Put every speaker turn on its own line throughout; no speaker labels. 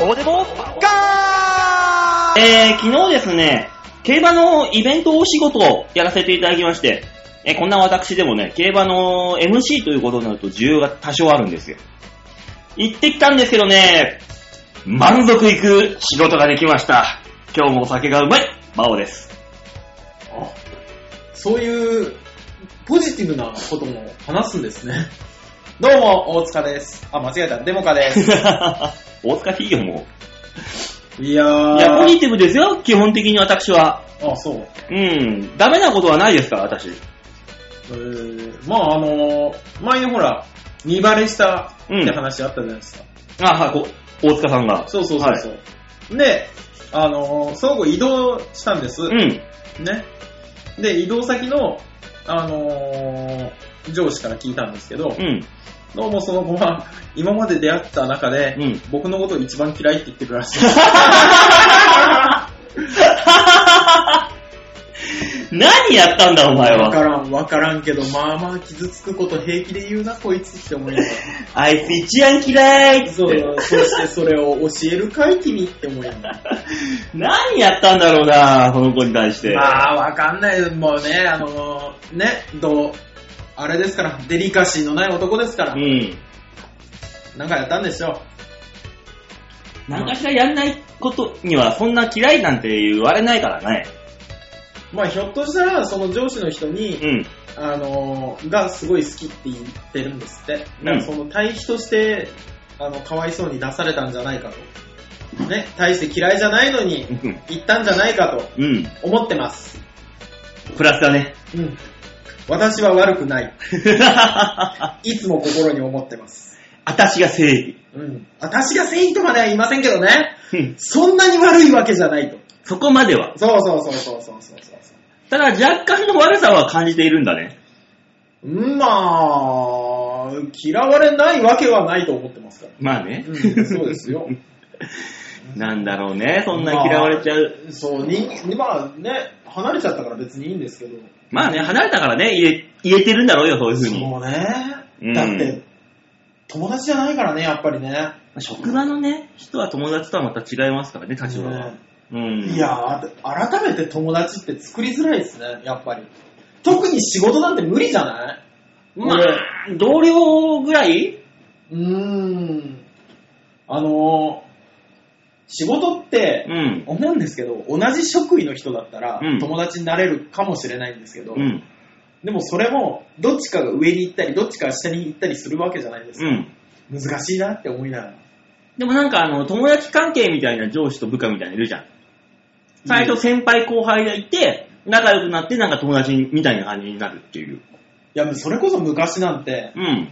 こでも、ガー
えー、昨日ですね、競馬のイベントお仕事をやらせていただきまして、えこんな私でもね、競馬の MC ということになると需要が多少あるんですよ。行ってきたんですけどね、満足いく仕事ができました。今日もお酒がうまい、バオです。
あそういうポジティブなことも話すんですね。
どうも、大塚です。あ、間違えた、デモカです。
大塚いいよ、も
いや
う。
ー。
いや、ポジティブですよ、基本的に私は。
あ、そう。
うん、ダメなことはないですから、私。
えー、まああのー、前にほら、見バレしたって話あったじゃないですか。
あ、はい、こ大塚さんが。
そうそうそうそう、で、あのー、その後移動したんです。
うん。
ね。で、移動先の、あのー、上司から聞いたんですけど、
うん。
どうもその子は、 今まで出会った中で、
うん
僕のことを一番嫌いって言ってるらしい。
何やったん だ、お前
わか
は。
らん、わからんけど、まあまあ傷つくこと平気で言うな、こいつって思いながら。
あいつ一案嫌いっつ
そ
って。
う、そしてそれを教えるかい君って思いながら。
何やったんだろうな、この子に対して。
まあ、わかんない。もうね、あのね、どう、あれですから、デリカシーのない男ですから
う、ん。
なんかやったんでしょ
何かしらやんないことには、そんな嫌いなんて言われないからね。
う。まあ、ひょっとしたら、その上司の人に、
うん。
あのがすごい好きって言ってるんですって。だからその対比として、あの、かわいそうに出されたんじゃないかと。ね、対して嫌いじゃないのに、言ったんじゃないかと
うん。
思ってます。
プラスだね。
うん。私は悪くない。いつも心に思ってます。
私が正義。
うん。私が正義とまでは言いませんけどね。
うん
そんなに悪いわけじゃないと。
そこまでは。
そうそうそうそうそうそうそうそ
ただ若干の悪さは感じているんだね。
う。まあ、嫌われないわけはないと思ってますから。
まあね。
うん、そうですよ。
なんだろうね、そんな嫌われちゃう。
そう、に、まあね、離れちゃったから別にいいんですけど。
まあね、離れたからね、言え、言えてるんだろうよ、そういうふうに。
そうね
うん。
だって、友達じゃないからね、やっぱりね。
職場のね、人は友達とはまた違いますからね、立場は。
ね
うん。
いやー、改めて友達って作りづらいですね、やっぱり。特に仕事なんて無理じゃない
まあ、同僚ぐらいう
ーん。あのー、仕事って、
うん。
思うんですけど、同じ職位の人だったら
うん
友達になれるかもしれないんですけど、
うん。
でもそれも、どっちかが上に行ったり、どっちかが下に行ったりするわけじゃないです
う
か。
ん。
難しいなって思いながら。
でもなんかあの、友達関係みたいな上司と部下みたいなのいるじゃん。最初先輩後輩がいて、仲良くなってなんか友達みたいな感じになるっていう。
いや、もうそれこそ昔なんて、
うん。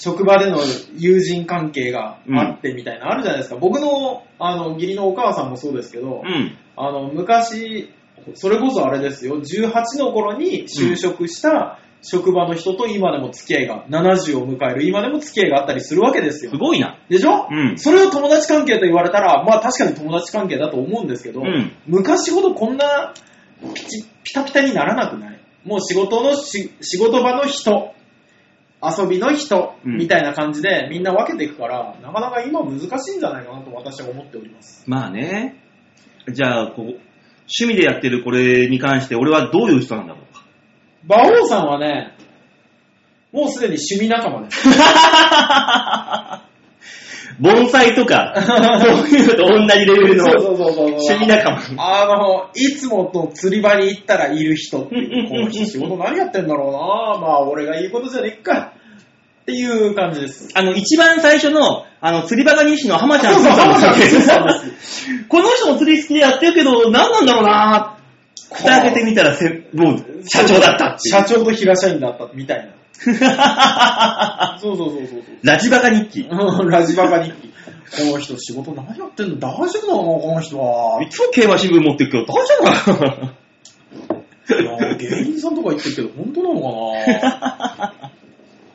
職場での友人関係があってみたいな、あるじゃないですか。僕の、あの、義理のお母さんもそうですけど、
うん。
あの、昔、それこそあれですよ、18の頃に就職した職場の人と今でも付き合いが、70を迎える今でも付き合いがあったりするわけですよ
す。ごいな。
でしょ、
うん
それを友達関係と言われたら、まあ確かに友達関係だと思うんですけど、
うん
昔ほどこんなピチピタピタにならなくないもう仕事のし、仕事場の人、遊びの人、
うん
みたいな感じでみんな分けていくから、なかなか今難しいんじゃないかなと私は思っております。
まあね。じゃあ、こう、趣味でやってるこれに関して俺はどういう人なんだろうか。
馬王さんはね、もうすでに趣味仲間 です。
盆栽とか、 そういうのと同じレベルの
そうそうそうそう
趣味仲間。
あの、いつもと釣り場に行ったらいる人っていう、この人仕事何やってんだろうなまあ俺が言うことじゃねえか。っていう感じです。
あの、一番最初の、あの、釣りバカ西の浜ちゃん
そうそう浜ちゃん
そう
そうそう
この人も釣り好きでやってるけど、何なんだろうな蓋開けてみたらせ、もう、社長だったっていう
社長と平社員だったみたいな。そうそうそうそう
ラジバカ日記。い
そう。ラジバカ日記。この人仕事何やってんの大丈夫なのこの人は。
つも競馬新聞持ってるけど、大丈夫かな
いや芸人さんとか言ってるけど本当なのかな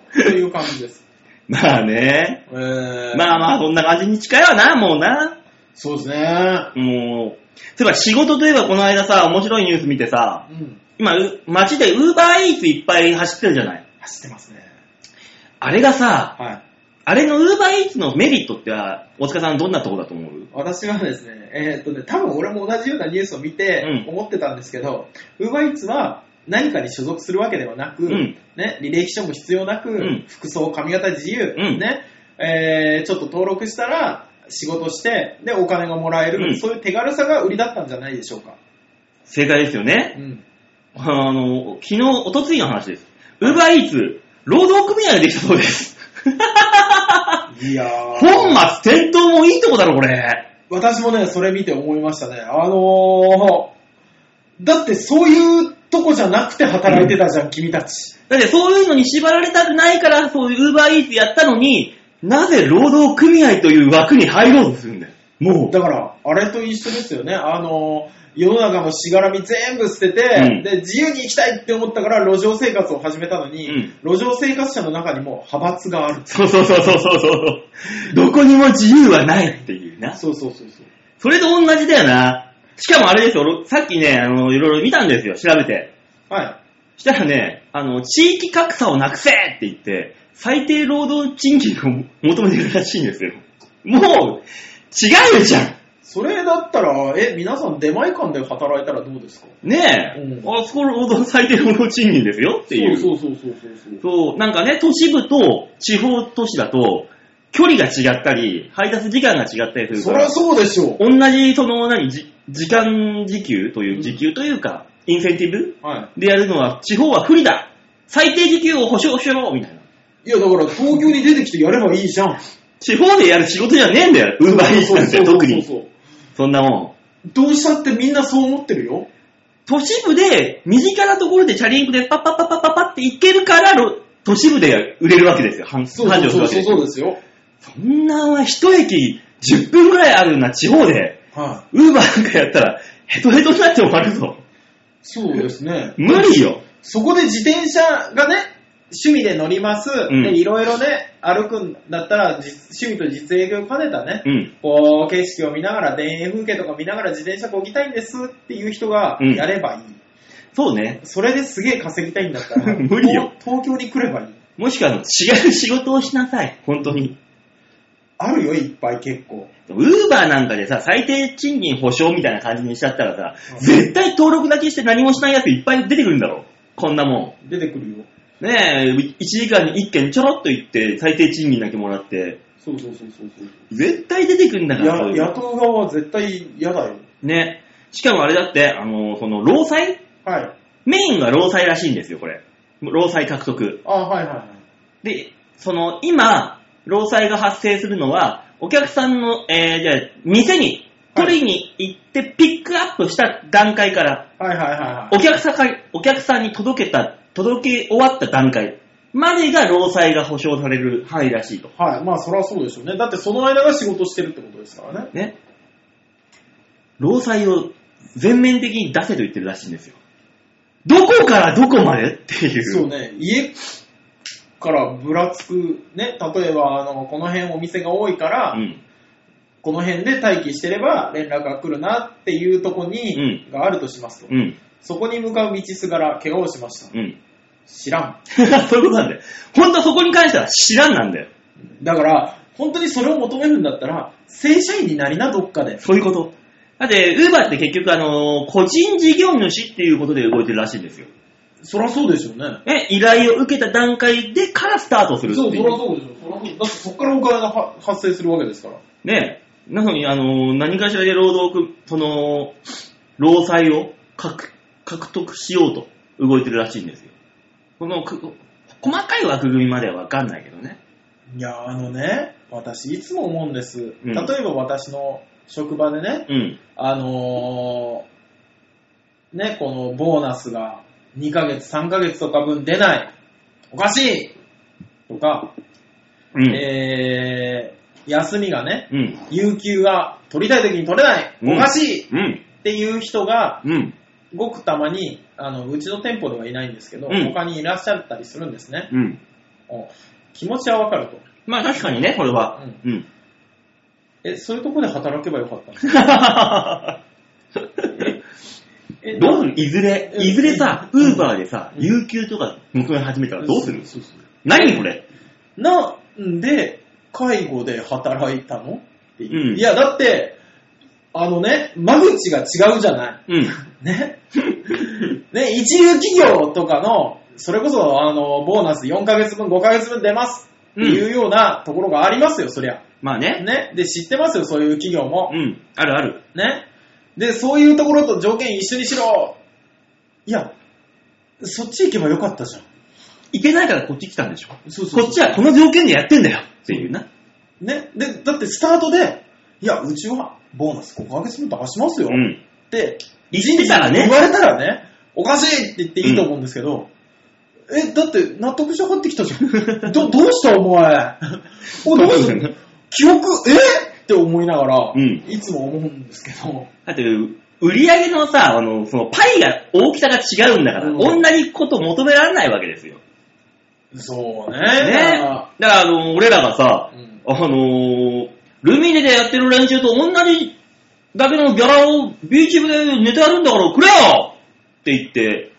っていう感じです。
まあね。
えー、
まあまあ、そんな感じに近いわな、もうな。
そうですね。
もう。そういえば仕事といえばこの間さ、面白いニュース見てさ、
うん。
今、う街でウーバーイーツいっぱい走ってるじゃない。
走ってますね。
あれがさ、
はい。
あれのウーバーイーツのメリットっては、大塚さんどんなとこだと思う
私はですね、えーっとね、多分俺も同じようなニュースを見て
う
思ってたんですけど、ウーバーイーツは何かに所属するわけではなく、
うん
ね、履歴書も必要なく、
ん
服装、髪型自由、
うん
ねえーちょっと登録したら仕事して、で、お金がもらえる、
うん
そういう手軽さが売りだったんじゃないでしょうか。
正解ですよね。
うん、
あの、昨日、おとついの話です。ウーバーイーツ、労働組合ができたそうです。
いやー
本末転倒もいいとこだろ、これ。
私もね、それ見て思いましたね。あのー、だってそういうとこじゃなくて働いてたじゃん、君たち。
だってそういうのに縛られたくないから、そういうウーバーイーツやったのに、なぜ労働組合という枠に入ろうとするんだよ。も
だから、あれと一緒ですよね。あのー、世の中のしがらみ全部捨てて、
うん
で、自由に生きたいって思ったから路上生活を始めたのに、
うん
路上生活者の中にも派閥がある。
そうそうそうそうそうそう。どこにも自由はないっていうな。
そうそうそうそう。
それと同じだよな。しかもあれですよ、ろさっきね、あの、いろいろ見たんですよ、調べて。
はい。
したらね、あの、地域格差をなくせって言って、最低労働賃金を求めてるらしいんですよ。もう、違うじゃん
それだったら、え、皆さん出前館で働いたらどうですか
ねえ、
うん
あそこ労働最低労働賃金ですよっていう。
そうそうそうそうそうそう。
そうなんかね、都市部と地方都市だと、距離が違ったり、配達時間が違ったりする
そ
か
りゃ
ら、
そうでしょ
同じ、その、何、じ時間時給という、時給というか、インセンティブ
う。はい。
でやるのは、地方は不利だ最低時給を保証しろみたいな。
いや、だから東京に出てきてやればいいじゃん。
地方でやる仕事じゃねえんだよ。ウーバーイーツなんて特に
そ。うそうそう
そんなもん。
どうしたってみんなそう思ってるよ。
都市部で、身近なところでチャリンコでパッパッパッパッパッパって行けるから、ろ都市部で売れるわけですよ。繁
そう
繁
そ
盛
う
する
そう
わけで
そう
すよ。
ですよ。
そんなお前一駅10分ぐらいあるような地方で、
はい。
ウーバーなんかやったら、ヘトヘトになって終わるぞ。
そうですね。
無理よ。
そこで自転車がね、趣味で乗ります。
ん
で、いろいろね、歩くんだったら、実趣味と実営業を兼ねたね、
うん。
こう、景色を見ながら、田園風景とか見ながら自転車こぎたいんですっていう人が
うん
やればいい。
そうね。
それですげえ稼ぎたいんだったら、
無理よ
東東京に来ればいい。
もしくはあの、違う仕事をしなさい。本当に。
あるよ、いっぱい結構。
ウーバーなんかでさ、最低賃金保証みたいな感じにしちゃったらさ、
うん
絶対登録だけして何もしないやついっぱい出てくるんだろ。こんなも
出てくるよ。
ん。ねえ、1時間に1件ちょろっと行って、最低賃金だけもらって、
そうそうそうそうそう。
絶対出てくるんだから、そういう
や
の
雇う側は絶対嫌だよ。
ね。しかもあれだって、あの、その、労災
はい。
メインが労災らしいんですよ、これ。労災獲得。
あ、はいはいはい。
で、その、今、労災が発生するのは、お客さんの、えー、じゃあ、店に、取りに行ってピックアップした段階から、
はいはいはいはい。
お客さんか、お客さんに届けた、届け終わった段階までが労災が保障される範囲らしいと。
はい、まあそりゃそうでしょうね。だってその間が仕事してるってことですからね。
ね。労災を全面的に出せと言ってるらしいんですよ。どこからどこまでっていう。
そうね、家からぶらつく、ね、例えばあの、この辺お店が多いから、
うん。
この辺で待機してれば連絡が来るなっていうとこに、
う
があるとしますと、
うん。
そこに向かう道すがら怪我をしました。
うん。
知らん。
そういうことなんだよ。ほんとそこに関しては知らんなんだよ。
だから、本当にそれを求めるんだったら、正社員になりな、どっかで。
そういうこと。だって、ウーバーって結局、あのー個人事業主っていうことで動いてるらしいんですよ。
そりゃそうでしょうね。
え、依頼を受けた段階でからスタートするってい。
そうう、そりゃそうですよ。そりゃそうだってそこからお金がは発生するわけですから。
ねえ、なのに、あの、何かしらで労働く、その、労災を獲獲得しようと動いてるらしいんですよ。この、く細かい枠組みまではわかんないけどね。
いや、あのね、私いつも思うんです。
うん
例えば私の職場でね、
うん。
あのーね、このボーナスが2ヶ月、3ヶ月とか分出ない。おかしいとか、
うん。
えー、休みがね、
うん。
有給が取りたい時に取れない。
うん
おかしいっ
うん。
ていう人が、
うん。
ごくたまに、あの、うちの店舗ではいないんですけど、
うん
他にいらっしゃったりするんですね。
うん。
お気持ちはわかると。
まあ確かにね、これは。 うん。
え、そういうとこで働けばよかったのえ
どうするいずれ、
うん
いずれさ、
うん
ウーバーでさ、
うん
有給とか求め始めたらどうする
そうそう
何これ
なんで、介護で働いたのっていう、
うん
いや、だって、あのね、間口が違うじゃない。
うん。
ね。ね、一流企業とかの、それこそ、あの、ボーナス4ヶ月分、5ヶ月分出ますっていうようなところがありますよ、そりゃ。
まあね。
ね。で、知ってますよ、そういう企業も
う。ん。あるある。
ね。で、そういうところと条件一緒にしろ。いや、そっち行けばよかったじゃん。
いけないからこっち来たんでしょ。
そう
こっちはこの条件でやってんだよっていうな。
ね。で、だってスタートで、いや、うちはボーナス5ヶ月分出しますよ、
う
っ
ん。
て
言ってたらね
言われたらね、おかしいって言っていいと思うんですけど、え、だって納得して入ってきた じゃん。ど、どうしたお前。お、どうした記憶、えって思いながら、
うん
いつも思うんですけど、
だって、売り上げのさ、あの、そのパイが、大きさが違うんだから、
うん
同じこと求められないわけですよ。
そうね。
ね。だから、あの、俺らがさ、
うん
あのールミネでやってる連中と同じだけのギャラをビーチ部でネタやるんだからくれよって言って、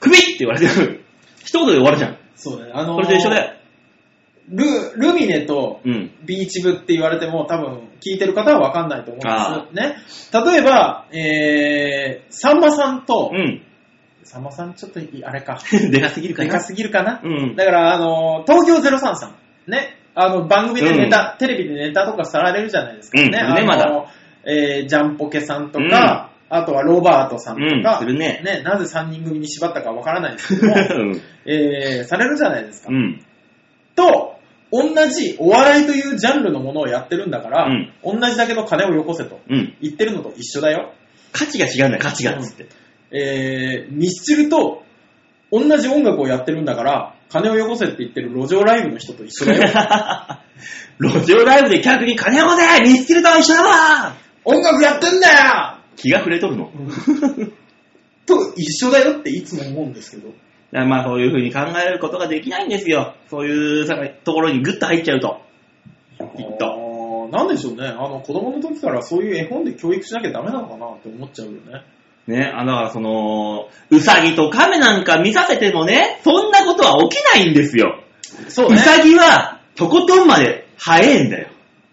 クビって言われてる。 一言で終わるじゃん。
そうね。あのー
これと一緒で。
ルルミネと
うん。
ビーチ部って言われても多分聞いてる方はわかんないと思
あ
うんです。ね。例えば、えー、さんまさんと、
う
さんまさんちょっといあれか、
ん。 でかすぎるか
で
な。
かすぎるかな。
うん。
だから、あのー、東京03さん、ね。あの、番組でネタ、テレビでネタとかさられるじゃないですかね。
うん
あのー
ねまだ
えー、ジャンポケさんとか、あとはロバートさん
う
と
ん。
か、
するね。
ね、なぜ3人組に縛ったかわからないですけども、
うん
えー、されるじゃないですか
う。ん。
と、同じお笑いというジャンルのものをやってるんだから、
うん
同じだけの金をよこせと
うん。
言ってるのと一緒だよ。
価値が違うんだよ、価値が。つって。
えー、ミスチルと同じ音楽をやってるんだから、金をよこせって言ってる路上ライブの人と一緒 だよ。
路上ライブで客に金をね、見つけると一緒だわ
音楽やってんだ
気が触れとるの。
よと一緒だよっていつも思うんですけど。
だからまあそういうふうに考えることができないんですよ。そういうさところにグッと入っちゃうと。きっと。
と。なんでしょうね。あの、子供の時からそういう絵本で教育しなきゃダメなのかなって思っちゃうよね。
ね、あだからその、うさぎと亀なんか見させてもね、そんなことは起きないんですよ。
そう
さぎは、とことんまで早えんだよ。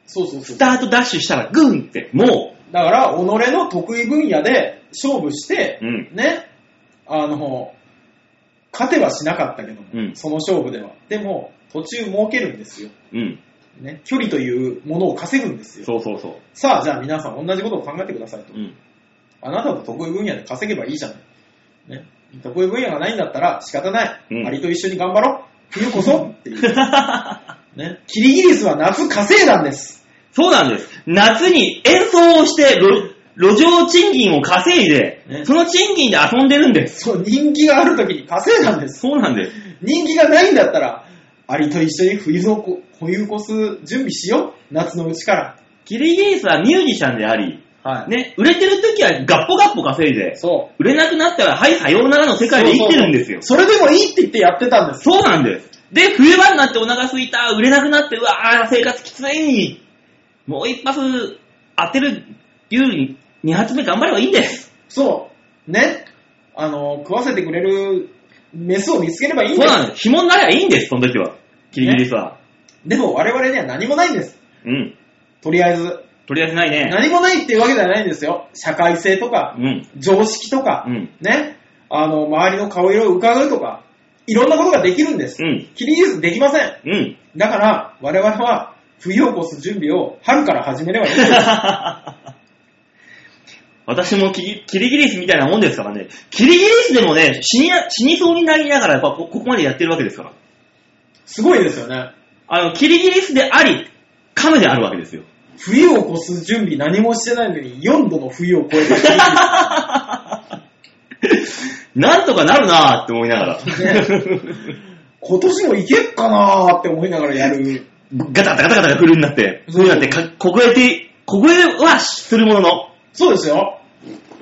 そうそうそう
ス。タートダッシュしたら、グンって、も
だから、己の得意分野で勝負して、
うん
ね、あの、勝てはしなかったけども、
うん
その勝負では。でも、途中儲けるんですよ。
う、うん。
ね、距離というものを稼ぐんですよ。
そうそうそ
さあ、じゃあ皆さん同じことを考えてくださいと
う。う。 ん。
あなたの得意分野で稼げばいいじゃない。ね、得意分野がないんだったら仕方ない。
うん
アリと一緒に頑張ろう。冬こそっていう。ね、キリギリスは夏稼いだんです。
そうなんです。夏に演奏をして、路路上賃金を稼いで、
ね
その賃金で遊んでるんです。
そう、人気がある時に稼いだんです。
そうなんです。
人気がないんだったら、アリと一緒に冬のこ冬越す準備しよう。夏のうちから。
キリギリスはミュージシャンであり、
は。
ね、売れてる時はガッポガッポ稼いで、
そう。
売れなくなったら、はい、さようならの世界で生きてるんですよ。
それでもいいって言ってやってたんです。
そうなんです。で、冬場になってお腹空いた、売れなくなって、うわー、生活きつい。もう一発当てるいう二発目頑張ればいいんです。
そう。ね。あの、食わせてくれるメスを見つければい
そ
いん
う
です。
なんです。紐になればいいんです、その時は。キリギリスは。
でも我々には何もないんです。
うん。
とりあえず。
とりあえずないね。
何もないっていうわけではないんですよ。社会性とか
う、ん。
常識とか、
うん。
ね。あの、周りの顔色を伺うとか、いろんなことができるんです。
うん。
キリギリスできません。
うん。
だから、我々は冬を越す準備を春から始めればいいんです。
私もキリキリギリスみたいなもんですからね。キリギリスでもね、死に死にそうになりながらやっぱこ、ここまでやってるわけですから。
すごいですよね。
あの、キリギリスであり、亀であるわけですよ。
冬を越す準備何もしてないのに4度の冬を越えたキリギリ
なんとかなるなーって思いながら。
ス。今年もいけっかなーって思いながらやる。
ガタガタガタガタ振るになって、
そう
そうなってか、凍えて、凍えはするものの、
そうですよ。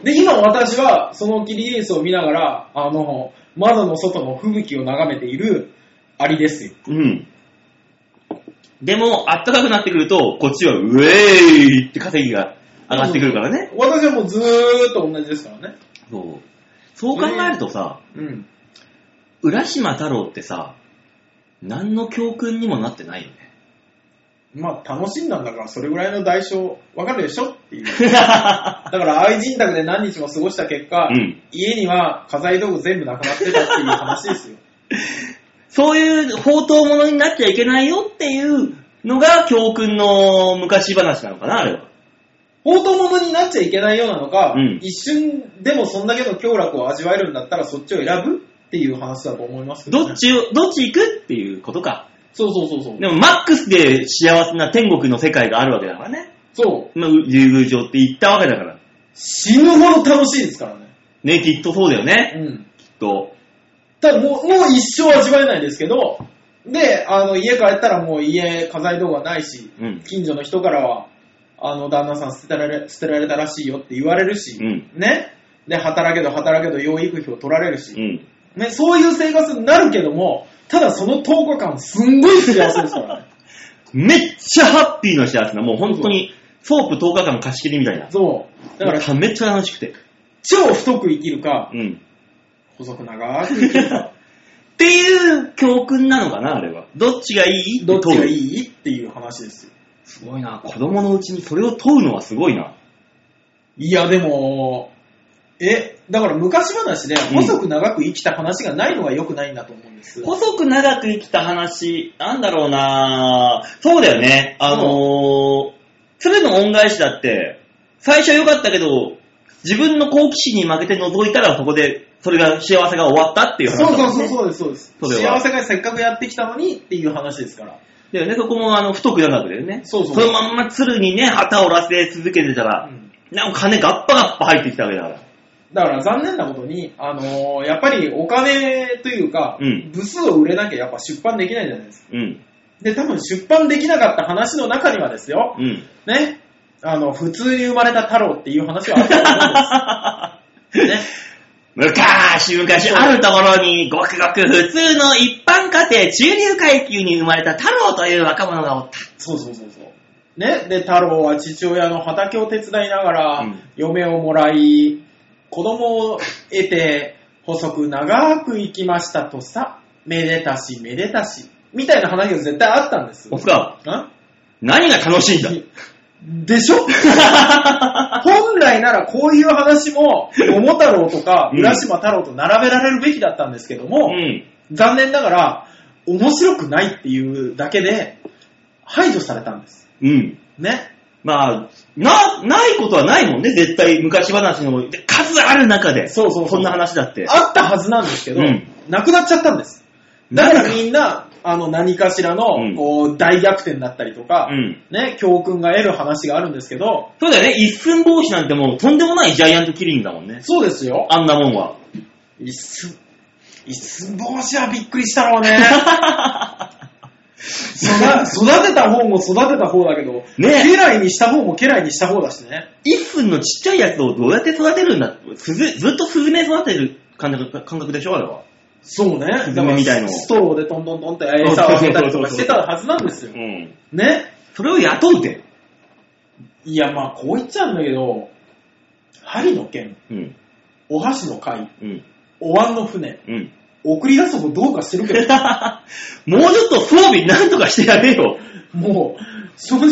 で、今私はそのキリギリスを見ながら、あの、窓の外の吹雪を眺めているアリですよ。
うん。でも、暖かくなってくると、こっちは、ウェーイって稼ぎが上がってくるからね。
私はもうずーっと同じですからね。
そう。そう考えるとさ、
うん。
浦島太郎ってさ、何の教訓にもなってないよね。
まあ、楽しんだんだから、それぐらいの代償、わかるでしょっていう。だから、愛人宅で何日も過ごした結果、
うん
家には家財道具全部なくなってたっていう話ですよ。
そういう宝刀物になっちゃいけないよっていうのが教訓の昔話なのかな、あれは。
宝刀物になっちゃいけないようなのか、
うん
一瞬でもそんだけの強楽を味わえるんだったら、そっちを選ぶっていう話だと思いますけど、ね。
どっちを、どっち行くっていうことか。
そうそうそうそう。
でもマックスで幸せな天国の世界があるわけだからね。
そう。
まあ、竜宮城って行ったわけだから。
死ぬほど楽しいですからね。
ね、きっとそうだよね。
うん。
きっと。
ただもう、もう一生味わえないですけど、で、あの、家帰ったらもう家、家財道具はないし、
うん。
近所の人からは、あの、旦那さん捨てられ、捨てられたらしいよって言われるし、
うん
ね。で、働けど働けど養育費を取られるし、
うん。
ね、そういう生活になるけども、ただその10日間すんごい幸せです からね。
めっちゃハッピーな幸せな、もう本当に、ソープ10日間貸し切りみたいな。
そう。だ
だか
か
ら、
ら
めっちゃ楽しくて。
超太く生きるか、
うん。
細く長く生きるか、
っていう教訓なのかな、あれは。どっちがいい
どっちがい
い
いっていう話ですよ。
すごいな。子供のうちにそれを問うのはすごいな。
いや、でも、え、だから昔話で
ん
細く長く生きた話がないのが良くないんだと思うん です。
細く長く生きた話、なんだろうなそうだよね。あのー、鶴の恩返しだって、最初良かったけど、自分の好奇心に負けて覗いたらそこで、それが幸せが終わったっていう話だ
そう
もんね、
そうそうそうです、そうで
そ
す。
れは
幸せがせっかくやってきたのにっていう話ですから。
だよね、そこもあの太く長くだよね。
そうそう
のまんま鶴にね、旗を折らせ続けてたら、
うん
なんか金ガッパガッパ入ってきたわけだから。
だから残念なことに、あのーやっぱりお金というか、
うん
部数を売れなきゃやっぱ出版できないじゃないですか。
うん。
で、多分出版できなかった話の中にはですよ、
うん。
ね、あの、普通に生まれた太郎っていう話はあったと思うんです。
昔々あるところにごくごく普通の一般家庭中流階級に生まれた太郎という若者がおった。
そうそうそうそう。ね、で、太郎は父親の畑を手伝いながら、
うん
嫁をもらい、子供を得て、細く長く生きましたとさ、めでたし、めでたし、みたいな話が絶対あったんです。
オスカ
あ
何が楽しいんだ
でしょ本来ならこういう話も、桃太郎とか、
うん
浦島太郎と並べられるべきだったんですけども、
うん。
残念ながら、面白くないっていうだけで、排除されたんです。
うん。
ね。
まあ、な、ないことはないもんね、絶対昔話の数ある中で。
そうそうそう
そんな話だって。
あったはずなんですけど、
うん
なくなっちゃったんです。だから
なん
みんな、あの、何かしら
うん
の、こう、大逆転だったりとか、
うん
ね、教訓が得る話があるんですけど、
そうだよね、一寸法師なんてもうとんでもないジャイアントキリングだもんね。
そうですよ。
あんなもんは。
一寸、一寸帽子はびっくりした ろうね。育育てた方も育てた方だけど、
ね
家来にした方も家来にした方だしね。
一寸のちっちゃいやつをどうやって育てるんだってすずずっとスズメ育てる感覚感覚でしょ、あれは。
そうね。
スズメみたいのを
ストローでトントントンって餌をあげたりとかしてたはずなんですよ
う。ん。
ね。
それを雇うて。
いや、まあ、こう言っちゃうんだけど、針の剣、
うん。
お箸の貝、
うん。
お椀の船、
うん。
送り出す方どうかしてるけど、
もうちょっと装備なんとかしてやれよ。
もう、正直、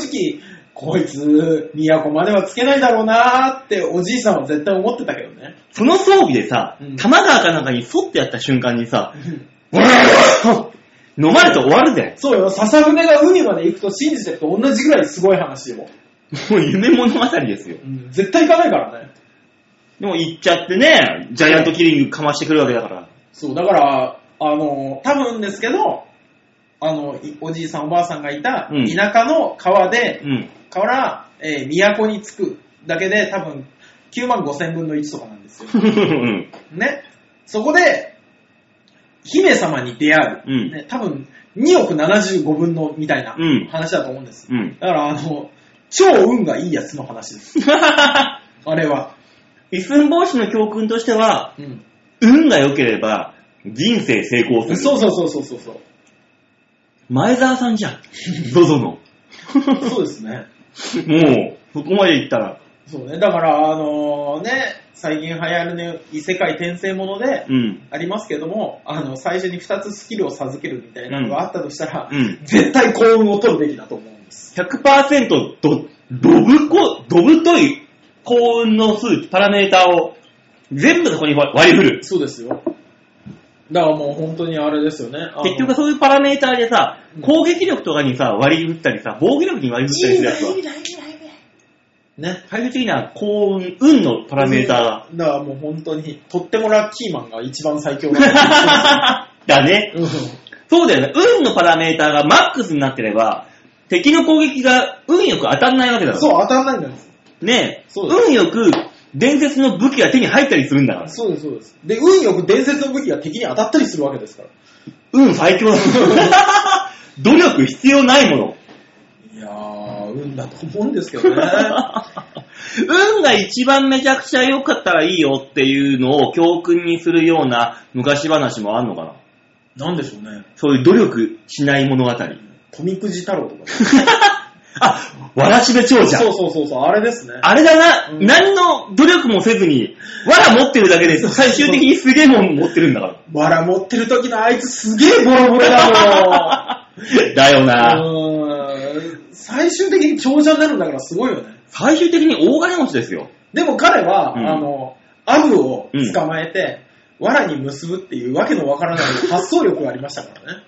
こいつ、都まではつけないだろうなーって、おじいさんは絶対思ってたけどね。
その装備でさ、
うん
玉川かなんかに沿ってやった瞬間にさ、 飲まれて終わるぜ。
そうよ、笹船が海まで行くと信じてると同じぐらいすごい話よ。
もう夢物語ですよ。
うん、絶対行かないからね。
でも行っちゃってね、ジャイアントキリングかましてくるわけだから。
そう、だから、あの、多分ですけど、あの、いおじいさんおばあさんがいた
うん
田舎の川で、
うん。
から、えー都に着くだけで多分9万5千分の1とかなんです よ。
うん。
ね。そこで、姫様に出会う。
うん
ね、多分2億75分のみたいな
うん
話だと思うんです。
うん。
だから、あの、超運がいいやつの 話です。あれは。
一寸法師の教訓としては、
うん。
運が良ければ人生成功する。
そうそうそうそうそうそう。
前澤さんじゃ ん。ゾゾの。も
そうですね。
う、そこまで行ったら。
そうね。だから、あのね、最近流行るね、異世界転生もので、
うん。
ありますけども、あの、最初に2つスキルを授けるみたいなのがあったとしたら、
うん。
絶対幸運を取るべきだと思うんでです。
100%ど、どぶこ、どぶとい幸運の数値、パラメーターを全部そこに割り振る。
そうですよ。だからもう本当にあれですよね。あの
結局そういうパラメーターでさ、攻撃力とかにさ、割り振ったりさ、防御力に割り振ったりするやつは、
ね。
最終的には幸運、運のパラメーターが。
だからもう本当に、とってもラッキーマンが一番最強だ
だね。
うん
そうだよね。運のパラメーターがマックスになってれば、敵の攻撃が運よく当たんないわけだろ。
そう、当たんないんだよ。
ねえ。
そうだ
運よく伝説の武器が手に入ったりするんだから。
そうです、そうです。で、運よく伝説の武器が敵に当たったりするわけですから。
運最 強だ。努力必要ないもの。
いやー、運だと思うんですけ どね。
運が一番めちゃくちゃ良かったらいいよっていうのを教訓にするような昔話もあんのかな。
なんでしょうね。
そういう努力しない物語。
富く じ太郎とか。
あ、わらしべ長者。
そうそうそうそう、あれですね。
あれだな、
うん
何の努力もせずに、わら持ってるだけで最終的にすげえもん持ってるんだ から。
わら持ってる時のあいつすげえボロボロだ
だよ
も
な。
ん。うーん最終的に長者になるんだからすごいよね。
最終的に大金持ちですよ。
でも彼は、
うん
あの、アブを捕まえて、藁に結ぶっていうわけのわからない発想力がありましたからね。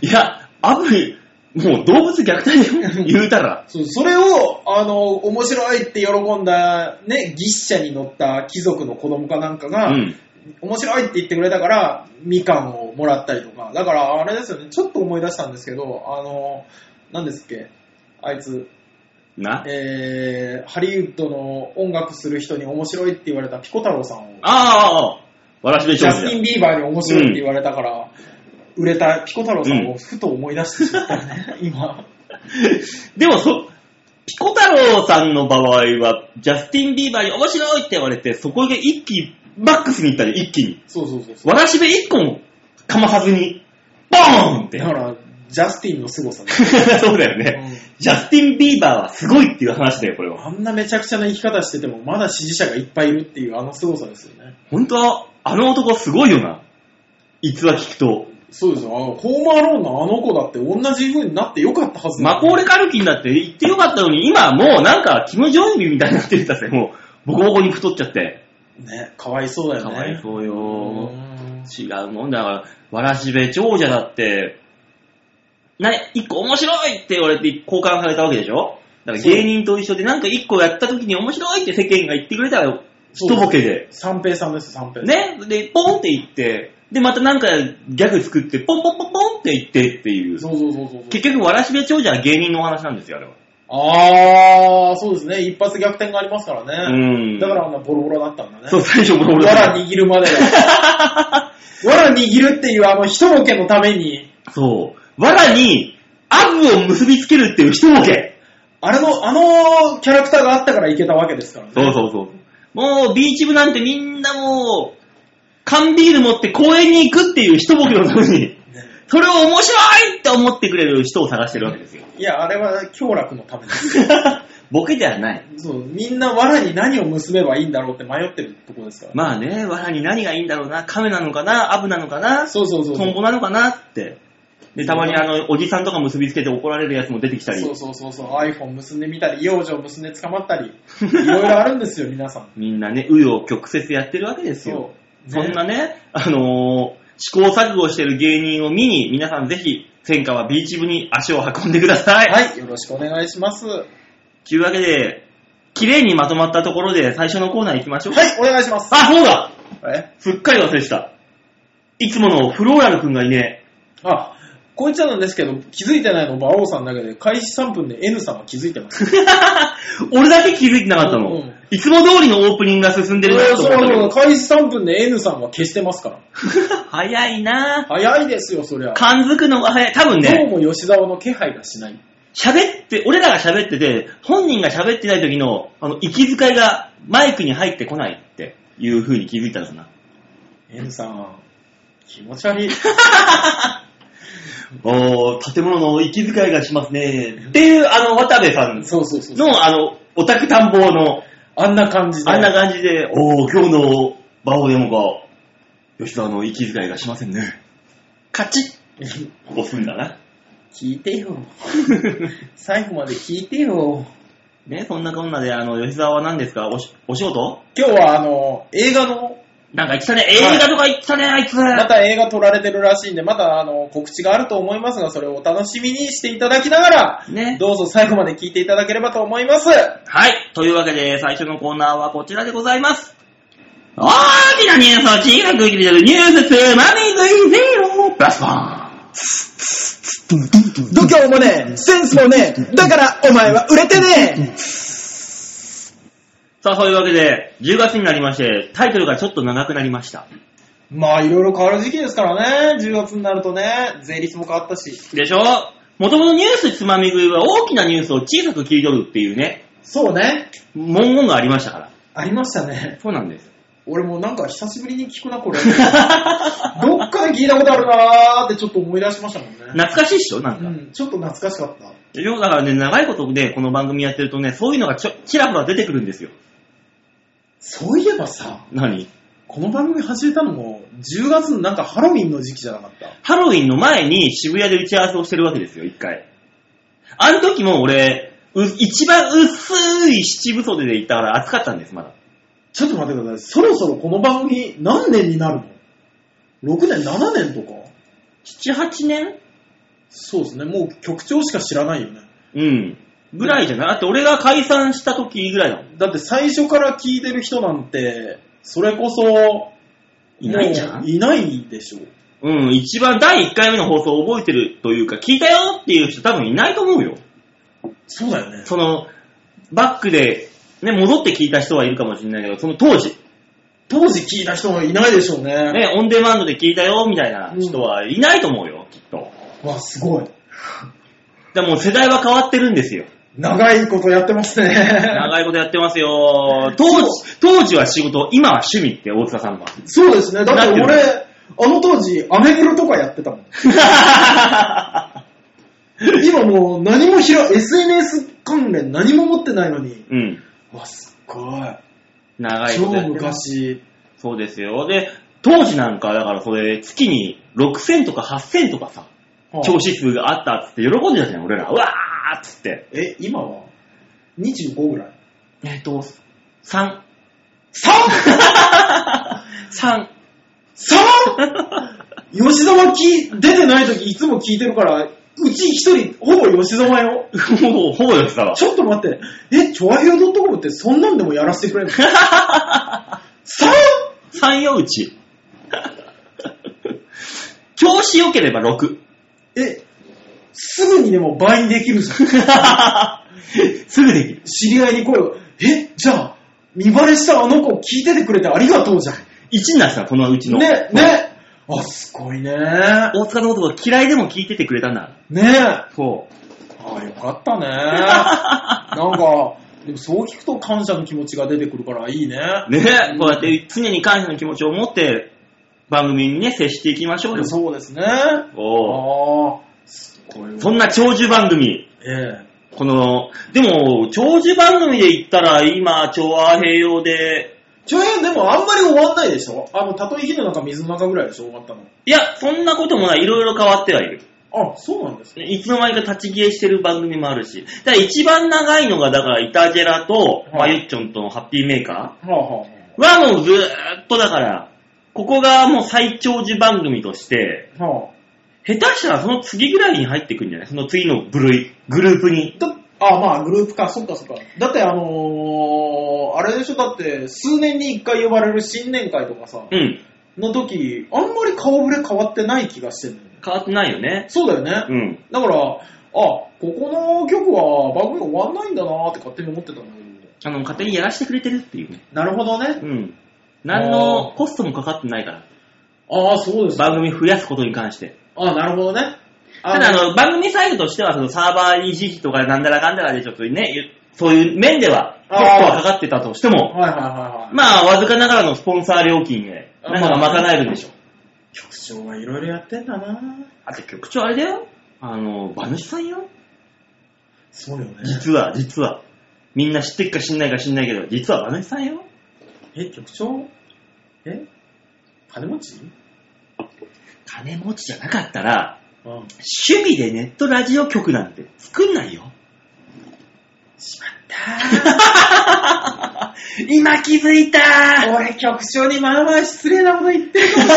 いや、アプリ、もう動物虐待で言うたら、
そうそれを、あの、面白いって喜んだ、ね、牛車に乗った貴族の子供かなんか
う
が、
ん。
面白いって言ってくれたから、みかんをもらったりとか、だからあれですよね、ちょっと思い出したんですけど、あの、なんですっけ、あいつ、
な。
えー、ハリウッドの音楽する人に面白いって言われたピコ太郎さんを、
ああ、わらしべ
ジ
長
ャスティン・
者。
ビーバーに面白いって言われたから、売れたピコ太郎さんをふと思い出してしまったよね、今。
でもそ、ピコ太郎さんの場合は、ジャスティン・ビーバーに面白いって言われて、そこで一気、マックスに行ったり、一気に。
そうそうそうそう。
わらしべ一個もかまさずに、ボーンって
だ。から、ジャスティンの凄さね。
そうだよね。ジャスティン・ビーバーはすごいっていう話だよ、これ
うん
は。
あんなめちゃくちゃな生き方してても、まだ支持者がいっぱいいるっていうあの凄さですよね。
本当は、あの男すごいよな。逸話聞くと。
そうですよ。あのホームアローンのあの子だって同じ風になってよかったはずだ
マコーレ・カルキンだって言ってよかったのに、今もうなんか、キム・ジョンイルみたいになってるんだぜ、もう。ボコボコに太っちゃって。
ね、かわいそうだよ
か
ね。
わいそう
う
よ。
ん
違うもんだから、わらしべ長者だって、な、一個面白いって言われて交換されたわけでしょだから芸人と一緒でなんか一個やった時に面白いって世間が言ってくれたら、一ボケで。
三平さんです、三平。。
ね、で、ポンって言って、で、またなんかギャグ作って、ポンポンポンポンって言ってっていう。
そうそうそうそうそう。
結局、わらしべ長者は芸人のお話なんですよ、あれは。
あー、そうですね。一発逆転がありますから
う
ね。
ん。
だからあんなボロボロだったんだね。
そう、最初ボロボロ
わら握るまでが。 わら握るっていうあの一ボケのために、
そう。わらに、アブを結びつけるっていう一ボケ。
あれの、あのキャラクターがあったからいけたわけですからね。
そうそうそう。もう、ビーチ部なんてみんなもう、缶ビール持って公園に行くっていう一ボケのために、それを面白いって思ってくれる人を探してるわけですよ。
いや、あれは強楽のためです。
ボケではない。
そう、みんなわらに何を結べばいいんだろうって迷ってるとこですから。
まあね、わらに何がいいんだろうな。亀なのかなアブなのかな
そうそうそうそ
トン
う。
ボなのかなって。で、たまにあの、おじさんとか結びつけて怒られるやつも出てきたり
そ。うそうそうそう。iPhone 結んでみたり、幼女結んで捕まったり、いろいろあるんですよ、皆さん。
みんなね、紆余曲折やってるわけですよ
そ。う。
そんな
ね。
ね、あのー試行錯誤してる芸人を見に、皆さんぜひ、戦火はビーチ部に足を運んでください。
はい、よろしくお願いします。はい、
というわけで、綺麗にまとまったところで最初のコーナー行きましょう。
お願いします。
あ、そうだ
え
すっかり忘れてた。いつものフローラルくんがいね
あ、こいつらなんですけど、気づいてないの、馬王さんだけで、開始3分で N さんは気づいてます。
え。俺だけ気づいてなかったの。
うんうん
いつも通りのオープニングが進んでるなと思
そう
ったけ
そう
ど。
開始3分で N さんは消してますから。
早いなぁ。
早いですよ、そりゃ。
感づくのが早い。多分ね。
どうも吉沢の気配がしない。
喋って、俺らが喋ってて、本人が喋ってない時の、あの、息遣いがマイクに入ってこないっていう風に気づいたんだな。
N さん、気持ち悪い。
おー、建物の息遣いがしますね。っていう、あの、渡部さん
そうそうそうそう。
の、あの、オタク探訪の、
あんな感じで。
あんな感じで、おー、今日の馬王でもか、吉沢の息遣いがしませんね。カチッここすんだな。
聞いてよ。最後まで聞いてよ。
ね、そんなこんなで、あの、吉沢は何ですかおし、お仕事
今日はあの、映画の、
なんか言ってたね、映画とか言ってたね、あいつ。
また映画撮られてるらしいんで、またあの、告知があると思いますが、それをお楽しみにしていただきながら、
ね
どうぞ最後まで聞いていただければと思います。
はい。というわけで、最初のコーナーはこちらでございます。大きなニュースを小さく切り取るニュースつまみ食いゼロプラスワ
度胸もねえ、センスもねえ、だからお前は売れてね
ン。さあ、そういうわけで、10月になりまして、タイトルがちょっと長くなりました。
まあ、いろいろ変わる時期ですからね、10月になるとね、税率も変わったし。
でしょもともとニュースつまみ食いは大きなニュースを小さく切り取るっていうね、
そうね、
文言がありましたから。
ありましたね。
そうなんです。
俺もなんか久しぶりに聞くな、 これ。どっかで聞いたことあるなーってちょっと思い出しましたもんね。
懐かしいっしょなんか。
うん、ちょっと懐かしかった。
でしょだからね、長いことね、この番組やってるとね、そういうのがちょ、ちらほら出てくるんですよ。
そういえばさ、
何
この番組始めたのも、10月のなんかハロウィンの時期じゃなかった。
ハロウィンの前に渋谷で打ち合わせをしてるわけですよ、一回。あの時も俺、う一番薄い七分袖で行ったから暑かったんです、まだ。
ちょっと待ってください。そろそろこの番組何年になるの ?6 年、7年とか
七八年
そうですね。もう局長しか知らないよね。
うん。ぐらいじゃないだって俺が解散した時ぐらいだもん。
だって最初から聞いてる人なんて、それこそ、
いないじゃん
もういないでしょう。
うん、一番第一回目の放送を覚えてるというか、聞いたよっていう人多分いないと思うよ。
そうだよね。
その、バックで、ね、戻って聞いた人はいるかもしれないけど、その当時、
当時聞いた人はいないでしょうね。
ね、オンデマンドで聞いたよみたいな人はいないと思うよ、きっと。
わ、すごい。
でもう世代は変わってるんですよ。
長いことやってますね。
長いことやってます よ。当時、当時は仕事、今は趣味って大塚さんは。
そうですね。だ
なん
っ
て
て
いうの
俺、あの当時、アメブロとかやってたもん。今もう何もひら、SNS 関連何も持ってないのに。
うん。
わ、すっごい。
長いこ
超
とやってます。
昔。
そうですよ。で、当時なんか、だからそれ、月に6000とか8000とかさ、
は
調
あ
子数があったっつって喜んでたじゃん、俺ら。うわーっつって。
え、今は ?25 ぐらい。
えっと、3。
3!3! 吉沢き出てない時いつも聞いてるから、うち一人、ほぼ吉沢よ。
もう、ほぼですから。
ちょっと待って、え、チョアヘオドットコムってそんなんでもやらせてくれるの ?3!
3よう ち。調子良ければ6。
え、すぐにでも倍にできるじゃん。
すぐできる。
知り合いに声を、え、じゃあ、見バレしたあの子聞いててくれてありがとうじゃん。
1になってた、このうちの。
ね、ね。あ、すごいね。
大塚のことが嫌いでも聞いててくれたんだ。
ねえ。
そう。
あよかったね。 なんか、でもそう聞くと感謝の気持ちが出てくるからいいね。
ねこうやって常に感謝の気持ちを持って、番組にね、接していきましょうよ。
そうですね。
おう
ああ、すごいわ。
そんな長寿番組。
え
この、でも、長寿番組で言ったら、今、調和併用で、
えちょいでもあんまり終わんないでしょあの、たとえ火の中、水の中ぐらいでしょ終わったの。
いや、そんなこともない。いろいろ変わってはいる。
あ、そうなんですね。
いつの間にか立ち消えしてる番組もあるし。だから一番長いのが、だから、イタジェラと、
は
マユ
い
ッチョンとのハッピーメーカ
はあ、は
ーはもうずーっとだから、ここがもう最長寿番組として、
あ、はあ。
下手したらその次ぐらいに入ってくんじゃないその次の部類、グループに。
だあ、まあ、グループか、そっかそっか。だって、あのー、あれでしょ、だって、数年に一回呼ばれる新年会とかさ、
うん。
の時、あんまり顔ぶれ変わってない気がしてるんだよね。
変わってないよね。
そうだよね。
うん。
だから、あ、ここの曲は番組終わんないんだなーって勝手に思ってたんだけ
あ
ど。
の、勝手にやらせてくれてるっていうね。
なるほどね。
うん。何のコストもかかってないから。
ああ、そうです。
番組増やすことに関して。
ああ、なるほどね。
ただ、あの、番組サイドとしては、そのサーバー維持費とかなんだらかんだらでちょっとね、ゆそういう面では、コ
あ
スト
ー
はかかってたとしても、
はいはいはいはい。
まあ、わずかながらのスポンサー料金で、
あ
なんか
まあ
賄えるんでしょ。
局長はいろいろやってんだなー
あと局長あれだよ。あの、馬主さんよ。
そうよね。
実は、実は。みんな知ってっか知んないか知んないけど、実は馬主さんよ。
え、局長え金持ち
金持ちじゃなかったら、
うん。
趣味でネットラジオ局なんて作んないよ。
しまっ
今気づいた
たー。俺局長にまあまあ失礼なこと言ってるかもし れな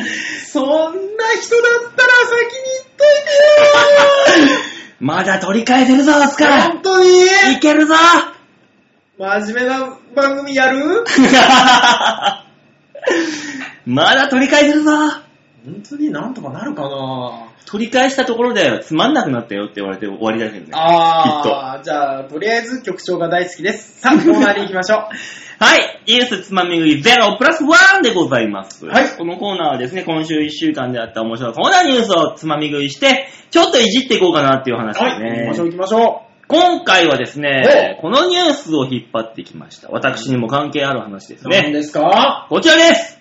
い。そんな人だったら先に言っといてよ
まだ取り返せるぞ、オスカ
ー
ー
本当に
いけるぞ
真面目な番組やる
まだ取り返せるぞ
本当になんとかなるかな
取り返したところでつまんなくなったよって言われて終わりだけどね。
あー、じゃあ、とりあえず局長が大好きです。さあ、コーナーに行きま しょ
はい。ニュースつまみ食いゼロプラスワンでございます。
はい
このコーナーはですね、今週1週間であった面白そうなニュースをつまみ食いして、ちょっといじっていこうかなっていう話
う。
ですね。
行きましょう、行きましょ
今回はですね
お、
このニュースを引っ張ってきました。私にも関係ある話です
う。何
ね。
ですか
こちらです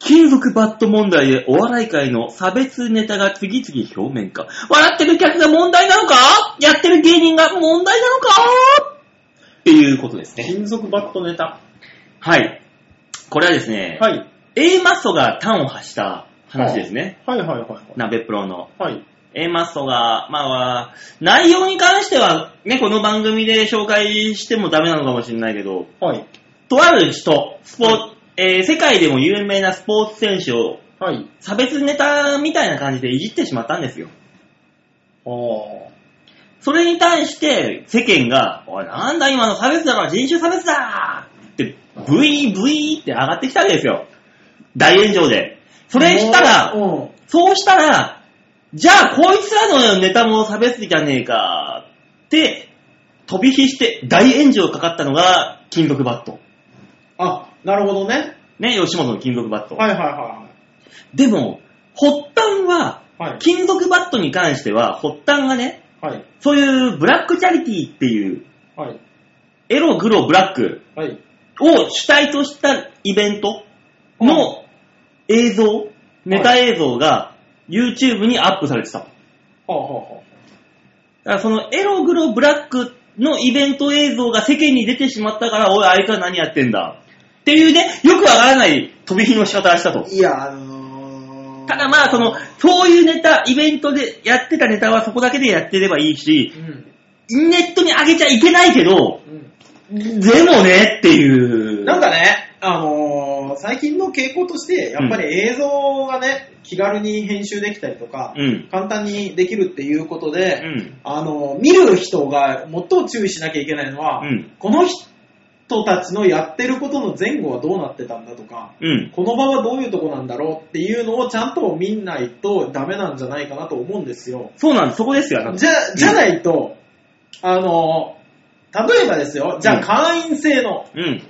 金属バット問題でお笑い界の差別ネタが次々表面化。笑ってる客が問題なのかやってる芸人が問題なのかっていうことですね。
金属バットネタ。
はい。これはですね、
はい。
A マッソが端を発した話ですね。
はいはいはいはい。
鍋プロの。
はい。
A マッソが、まあ、内容に関しては、ね、この番組で紹介してもダメなのかもしれないけど、
はい。
とある人、スポー
は
えー世界でも有名なスポーツ選手を
はい。
差別ネタみたいな感じでいじってしまったんですよ。
あー。
それに対して世間が、おい、なんだ今の差別だから人種差別だって、ブイーブイーって上がってきたわけですよ。大炎上で。それしたら
う、ん。
そうしたら、じゃあこいつらのネタも差別的じゃねえかって、飛び火して大炎上かかったのが金属バット。
あ、なるほどね。
ね、吉本の金属バット。
はいはいは
でも、発端は、
いはい。はい。
金属バットに関しては、発端がね、
はい。
そういうブラックチャリティっていう、
はい。
エログロブラック
はい。
を主体としたイベントの映像、ネタ映像が YouTube にアップされてた。
はあはあは
だからそのエログロブラックのイベント映像が世間に出てしまったから、おい、あいつは何やってんだ。っていうね、よくわからない飛び火の仕方をしたと
あ。。いや、あのー。
ただまあ、その、そういうネタ、イベントでやってたネタはそこだけでやってればいいし
う、ん。
ネットに上げちゃいけないけど、
うん。
でもねっていう。
なんかね、あのー最近の傾向として、やっぱり映像がね、気軽に編集できたりとか、
うん。
簡単にできるっていうこと
う
で、
ん。
あのー見る人が最も注意しなきゃいけないのは、
うん
この人たちのやってることの前後はどうなってたんだとか、
うん。
この場はどういうとこなんだろうっていうのをちゃんと見ないとダメなんじゃないかなと思うんですよ。
そうなんです、そこですよ。あの
じゃ、じゃないと、あのー例えばですよ、じゃ
う
あ
ん
会員制の、
うん。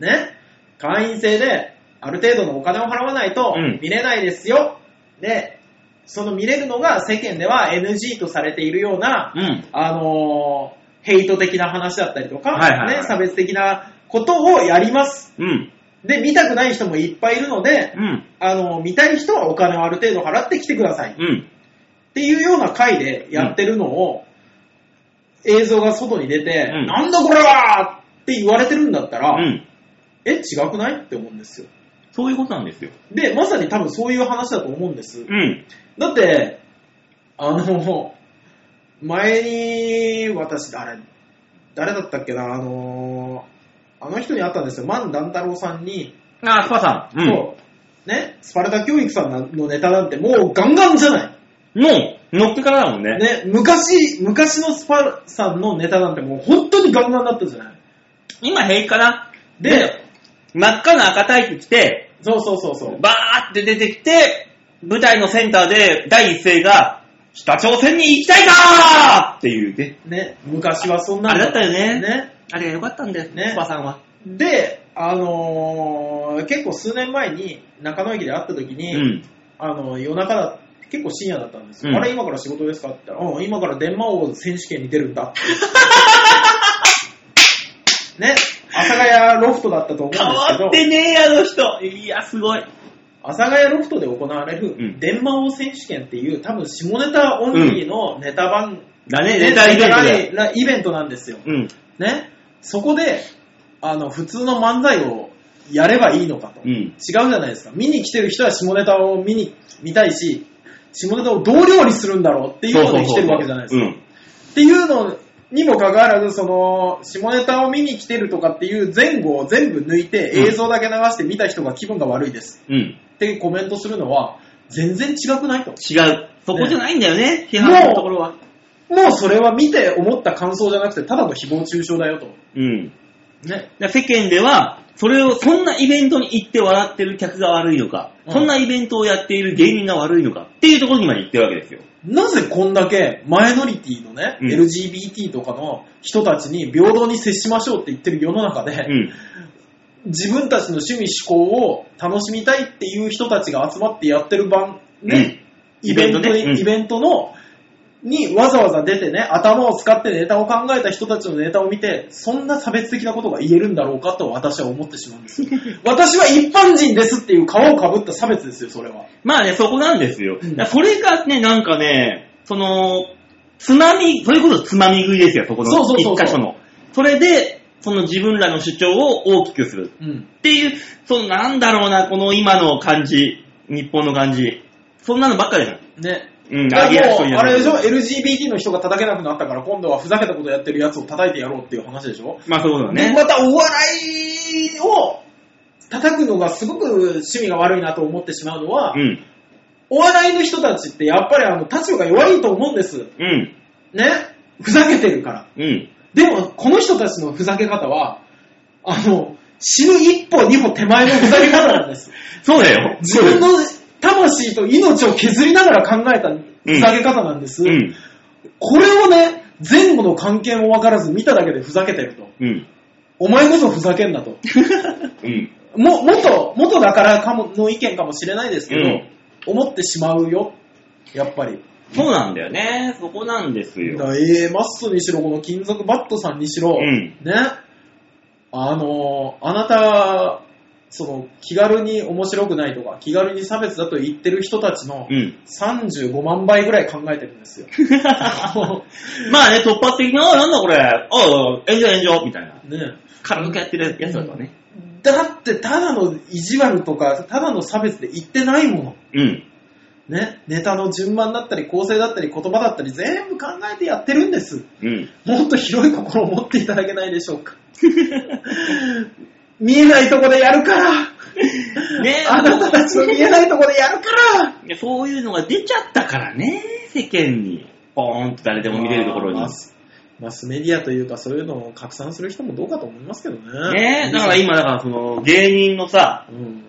ね、会員制で、ある程度のお金を払わないと
うん
見れないですよ。で、その見れるのが世間では NG とされているような、
うん。
あのーヘイト的な話だったりとか、
はいはいはい
ね、差別的なことをやります。
うん。
で、見たくない人もいっぱいいるので、
うん。
あのー見たい人はお金をある程度払ってきてください。っ
うん。
ていうような回でやってるのを、映像が外に出て、
うん
なんだこれはって言われてるんだったら、
うん。
え、違くないって思うんですよ。
そういうことなんですよ。
で、まさに多分そういう話だと思うんです。
うん。
だって、あの、前に、私、誰、誰だったっけな、あの、あの人に会ったんですよ。万段太郎さんに、
あ、スパさん。うん。
そうね、スパルタ教育さんのネタなんてもうガンガンじゃない。
もう、乗ってからだもんね。
ね、昔、昔のスパルさんのネタなんてもう本当にガンガンだったじゃない。
今平気かな
で、
真っ赤な赤タイツ着て、
そうそうそうそう。
バーって出てきて、舞台のセンターで第一声が、北朝鮮に行きたいかーっていうね。
ね、昔はそんな
あ
ん
れだったよね。
ね
あれが良かったんだよね、
ね
スパさんは。
で、あのー結構数年前に中野駅で会った時
う
に、
ん。
あの夜中だ、結構深夜だったんですよ。
うん
あれ、今から仕事ですかって言ったら、うん、今から電話王選手権に出るんだ って。ね、阿佐ヶ谷ロフトだったと思うんです
変わっ
け
て
ど、
ねえ、あの人。いや、すごい。
阿佐ヶ谷ロフトで行われ
う
る
ん
電話王選手権っていう、多分下ネタオンリーのネタ版、
だね、ネタイベントで。
ライベントなんですよ。
うん。
ね、そこで、あの、普通の漫才をやればいいのかと。
う。
違うんじゃないですか。見に来てる人は下ネタを見に、見たいし、下ネタをどう料理するんだろうっていうので来てるわけじゃないですか。
うん。
っていうのにもかかわらず、その、下ネタを見に来てるとかっていう前後を全部抜いて、
うん
映像だけ流して見た人が気分が悪いです
うん。
ってコメントするのは、全然違くないと。
違う。そこじゃないんだよね、批判のところは。
もうそれは見て思った感想じゃなくて、ただの誹謗中傷だよと。
うん。
ね。
だから世間では、それを、そんなイベントに行って笑ってる客が悪いのか、
うん
そんなイベントをやっている芸人が悪いのかっていうところにまで行ってるわけですよ。
なぜこんだけマイノリティのね、
うん
LGBT とかの人たちに平等に接しましょうって言ってる世の中で、
うん。
自分たちの趣味嗜好を楽しみたいっていう人たちが集まってやってる番、ね、
うん
イベントに
イベントねうん
イベントの、にわざわざ出てね、頭を使ってネタを考えた人たちのネタを見て、そんな差別的なことが言えるんだろうかと私は思ってしまうんですよ。 私は一般人ですっていう皮をかぶった差別ですよ、それは。
まあね、そこなんですよ。
う
だ
ん
からそれがね、なんかね、その、つまみ、それこそつまみ食いですよ、そこの
そうそうそう
一
そう
箇所の。それで、その自分らの主張を大きくする
うん。
っていう、そのなんだろうな、この今の感じ、日本の感じ。そんなのばっかりじゃん。
ね。
うん、
だからもうあれでしょ、
上げ足取り上げ足
LGBT の人が叩けなくなったから、今度はふざけたことやってるやつを叩いてやろうっていう話でしょ
まあそういうことだ
で
ね。
またお笑いを叩くのがすごく趣味が悪いなと思ってしまうのは、
うん。
お笑いの人たちってやっぱりあの立場が弱いと思うんです。
うん。
ね。ふざけてるから。
うん。
でも、この人たちのふざけ方は、あの、死ぬ一歩二歩手前のふざけ方なんです。
そうだよ。
自分の魂と命を削りながら考えたふざけ方なんです。
うん。
これをね、前後の関係も分からず見ただけでふざけてると。
うん。
お前こそふざけんなと。
うん。
も、元、元だからかも、の意見かもしれないですけど、
うん
思ってしまうよ。やっぱり。
そうなんだよね。そこなんです
だ
よ。
から A マッソにしろ、この金属バットさんにしろ、
うん
ね、あのーあなた、その、気軽に面白くないとか、気軽に差別だと言ってる人たちの
うん。
35万倍ぐらい考えてるん ですよ。
まあね、突発的な、あなんだこれ、ああ、炎上炎上、みたいな。
ね
軽くやってるやつだとね。
だって、ただの意地悪とか、ただの差別で言ってないもの。
うん。
ね、ネタの順番だったり、構成だったり、言葉だったり、全部考えてやってるんです。
うん。
もっと広い心を持っていただけないでしょう か。見えないとこでやるから、
ね
あなたたちの見えないとこでやるから、
いやそういうのが出ちゃったからね、世間に。ポーンと誰でも見れるところに
まあ。マスメディアというか、そういうのを拡散する人もどうかと思いますけどね。
ねだから今、だからその、芸人のさ、
うん、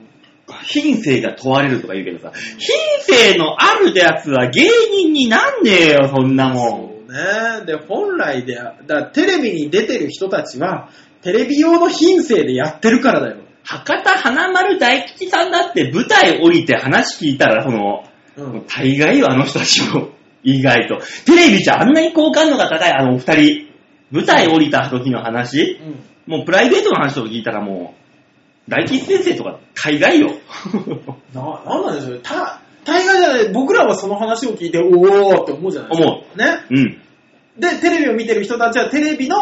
品性が問われるとか言うけどさ、品性のあるやつは芸人になんねえよ、そんなもん。
そうね。で、本来で、だからテレビに出てる人たちは、テレビ用の品性でやってるからだよ。
博多花丸大吉さんだって舞台降りて話聞いたら、その、
うん。
大概よ、あの人たちも。意外と。テレビじゃあんなに好感度が高い、あのお二人。舞台降りた時の話、
うん
もうプライベートの話とか聞いたらもう、大吉先生とか大概よ。
な、なんなんでしょうね。た、大概じゃない、僕らはその話を聞いて、おーって思うじゃないですか。
思
う。ね。
うん。
で、テレビを見てる人たちは、テレビの、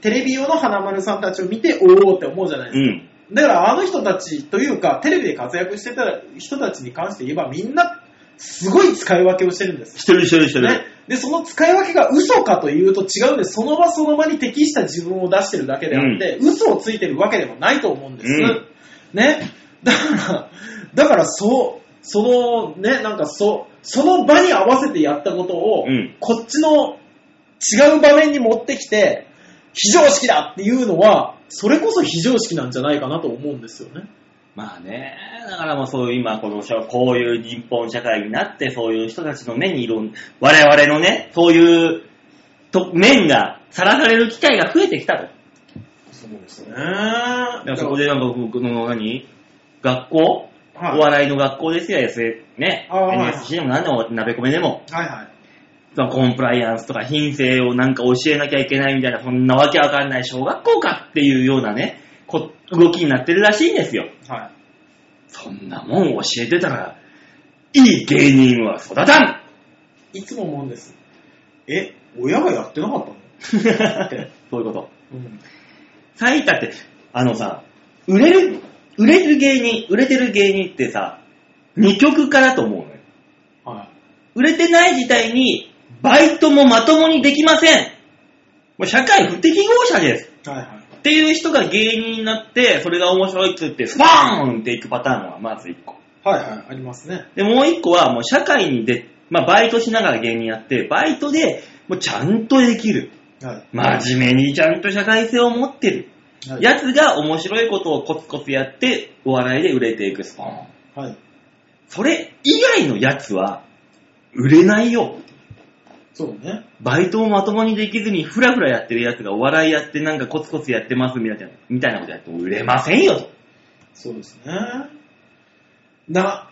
テレビ用の花丸さんたちを見て、おーって思うじゃないです
うん。
か。だから、あの人たちというか、テレビで活躍してた人たちに関して言えば、みんな、すごい使い分けをしてるんです。
してるしてるしてる。
ね、でその使い分けが嘘かというと違うんですその場その場に適した自分を出してるだけであって、嘘をついてるわけでもないと思うんです、
うん
ねだからだからそうそのねなんかそうその場に合わせてやったことを、
うん
こっちの違う場面に持ってきて非常識だっていうのはそれこそ非常識なんじゃないかなと思うんですよね
まあね、だからもうそういう今この社、こういう日本社会になって、そういう人たちの目にいろん、我々のね、そういうと面がさらされる機会が増えてきたと。
そうですね
だからそこでなんか僕の何学校、
はい
お笑いの学校ですよ、S、ね。
あはい
NSC でも何でも、鍋米でも、
はいはい
そのコンプライアンスとか品性をなんか教えなきゃいけないみたいな、そんなわけわかんない小学校かっていうようなね、こ動きになってるらしいんですよ。
はい
そんなもん教えてたら、いい芸人は育たん
いつも思うんです。え、親がやってなかったの
そういうこと。
うん。
最多って、あのさ、売れる、売れる芸人、売れてる芸人ってさ、二極化だと思うのよ。
は
売れてない時代に、バイトもまともにできません。もう社会不適合者です。
い。はいはい。
っていう人が芸人になって、それが面白いって言って、スパーンっていくパターンはまず一個。
はいはい、ありますね。
で、もう一個は、もう社会にで、まあバイトしながら芸人やって、バイトで、もうちゃんとできる。
はい。
真面目にちゃんと社会性を持ってる。
はい。
やつが面白いことをコツコツやって、お笑いで売れていくスポン。
はい。
それ以外のやつは、売れないよ。
そうね。
バイトをまともにできずにフラフラやってるやつがお笑いやってなんかコツコツやってますみたいな、みたいなことやっても売れませんよと。
そうですね。な、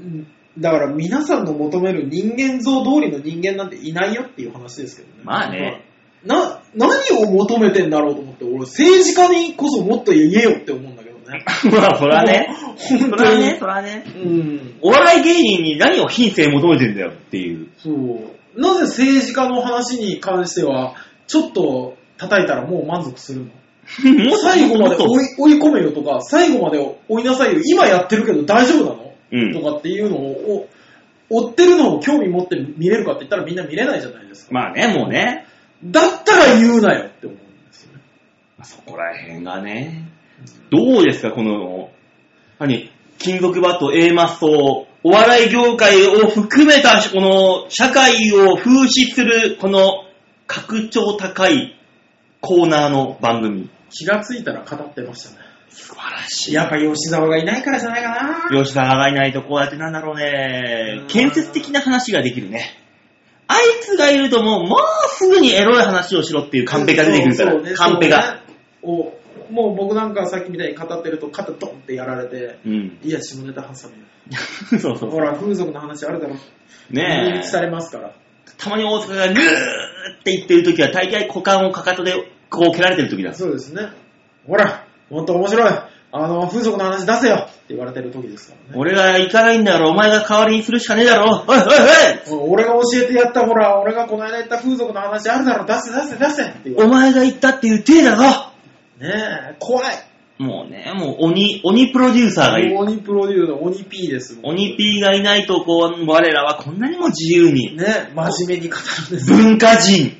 うんだから皆さんの求める人間像通りの人間なんていないよっていう話ですけどね。
まあね。
な、何を求めてんだろうと思って、俺政治家にこそもっと言えよって思うんだけど ね。
まあそらね。
本当
そ
に
らね、そらね。
うん。
お笑い芸人に何を品性求めてんだよっていう。
そう。なぜ政治家の話に関しては、ちょっと叩いたらもう満足するの
もう
最後まで追
う
い追い込めよとか、最後まで追いなさいよ、今やってるけど大丈夫なの、
うん
とかっていうのを、お追ってるのを興味持って見れるかって言ったらみんな見れないじゃないですか。
まあね、もうね。
だったら言うなよって思うんですよね。
そこら辺がね。どうですか、この、何、金属バット、A マスト、お笑い業界を含めた、この、社会を風刺する、この、格調高いコーナーの番組。
気がついたら語ってましたね。
素晴らし
やっぱ吉沢がいないからじゃないかな。
吉沢がいないとこうやってなんだろうね
うん。
建設的な話ができるね。あいつがいるともう、もうすぐにエロい話をしろっていうカンペが出てくるか
そうそう
ら。
ね
カンペが。。
そうねおもう僕なんかさっきみたいに語ってると肩ドンってやられて、
うん。
いや、下ネタ挟めよ。
そうそ
ほら、風俗の話あるだろ。
う。ね
耳
え
打ち。されますから。
たまに大阪がグーって言ってる時は大体股間をかかとでこう蹴られてる時だ。
そうですね。ほら、もっと面白い。あの、風俗の話出せよって言われてる時ですからね。
俺が行かないんだろ、お前が代わりにするしかねえだろ、おいおい
俺が教えてやった、ほら、俺がこの間言った風俗の話あるだろ、出せ出せ出せって言
おいお
わ
前が行ったっていう体だろ
れて。ねえ、怖い。
もうね、もう鬼、鬼プロデューサーがいる。
鬼プロデューの鬼 P です。
鬼 P がいないとこう、我らはこんなにも自由に。
ねえ、真面目に語るんです。
文化人。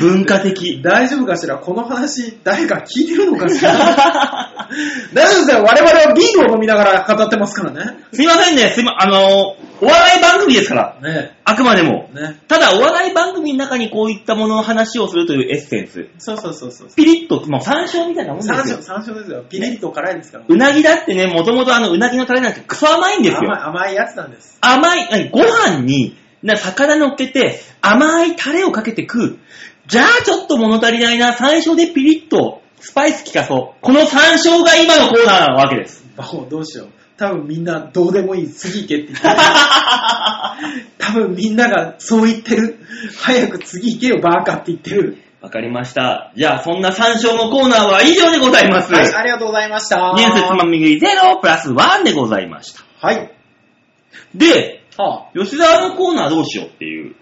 文化的。
大丈夫かしらこの話、誰か聞いてるのかし ら大丈夫ですよ。我々はビールを飲みながら語ってますからね。
すいませんね、すいま、あのお笑い番組ですから。
ね
あくまでも
え、。ね
ただ、お笑い番組の中にこういったものの話をするというエッセンス。
え。そうそうそうそう。
ピリッと、もう山椒みたいなもんですよ。
山椒、山椒ですよ。ピリリと辛いですから。
うなぎだってね、もともとあの、うなぎのタレなんてクソ甘いんです
甘い
よ。
甘いやつなんです。
甘い、何ご飯に、な、魚乗っけて、甘いタレをかけて食う。じゃあちょっと物足りないな、山椒でピリッと、スパイス効かそう。この山椒が今のコーナーなわけです。
バオどうしよう。多分みんなどうでもいい、次行けって言って る。多分みんながそう言ってる。早く次行けよ、バーカって言ってる。
わかりました。じゃあそんな山椒のコーナーは以上でございます。
はい、ありがとうございました。
ニュースつまみ食い0プラス1でございました。
はい。
で、
はあ、
吉沢のコーナーどうしようっていう。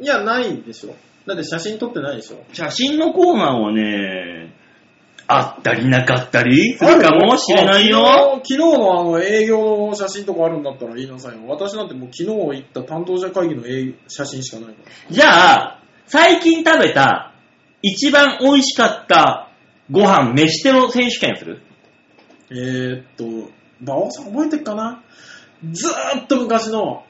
いや、ないでしょ。だって写真撮ってないでしょ。
写真のコーナーはね、あったりなかったりするかもしれないよ。
あ。昨日昨日のあの営業の写真とかあるんだったら言いなさいよ。私なんてもう昨日行った担当者会議の営写真しかないか
じゃあ、最近食べた、一番美味しかったご飯、飯テロ選手権する
ら。えー、っと、馬王さん覚えてるかなずーっと昔の、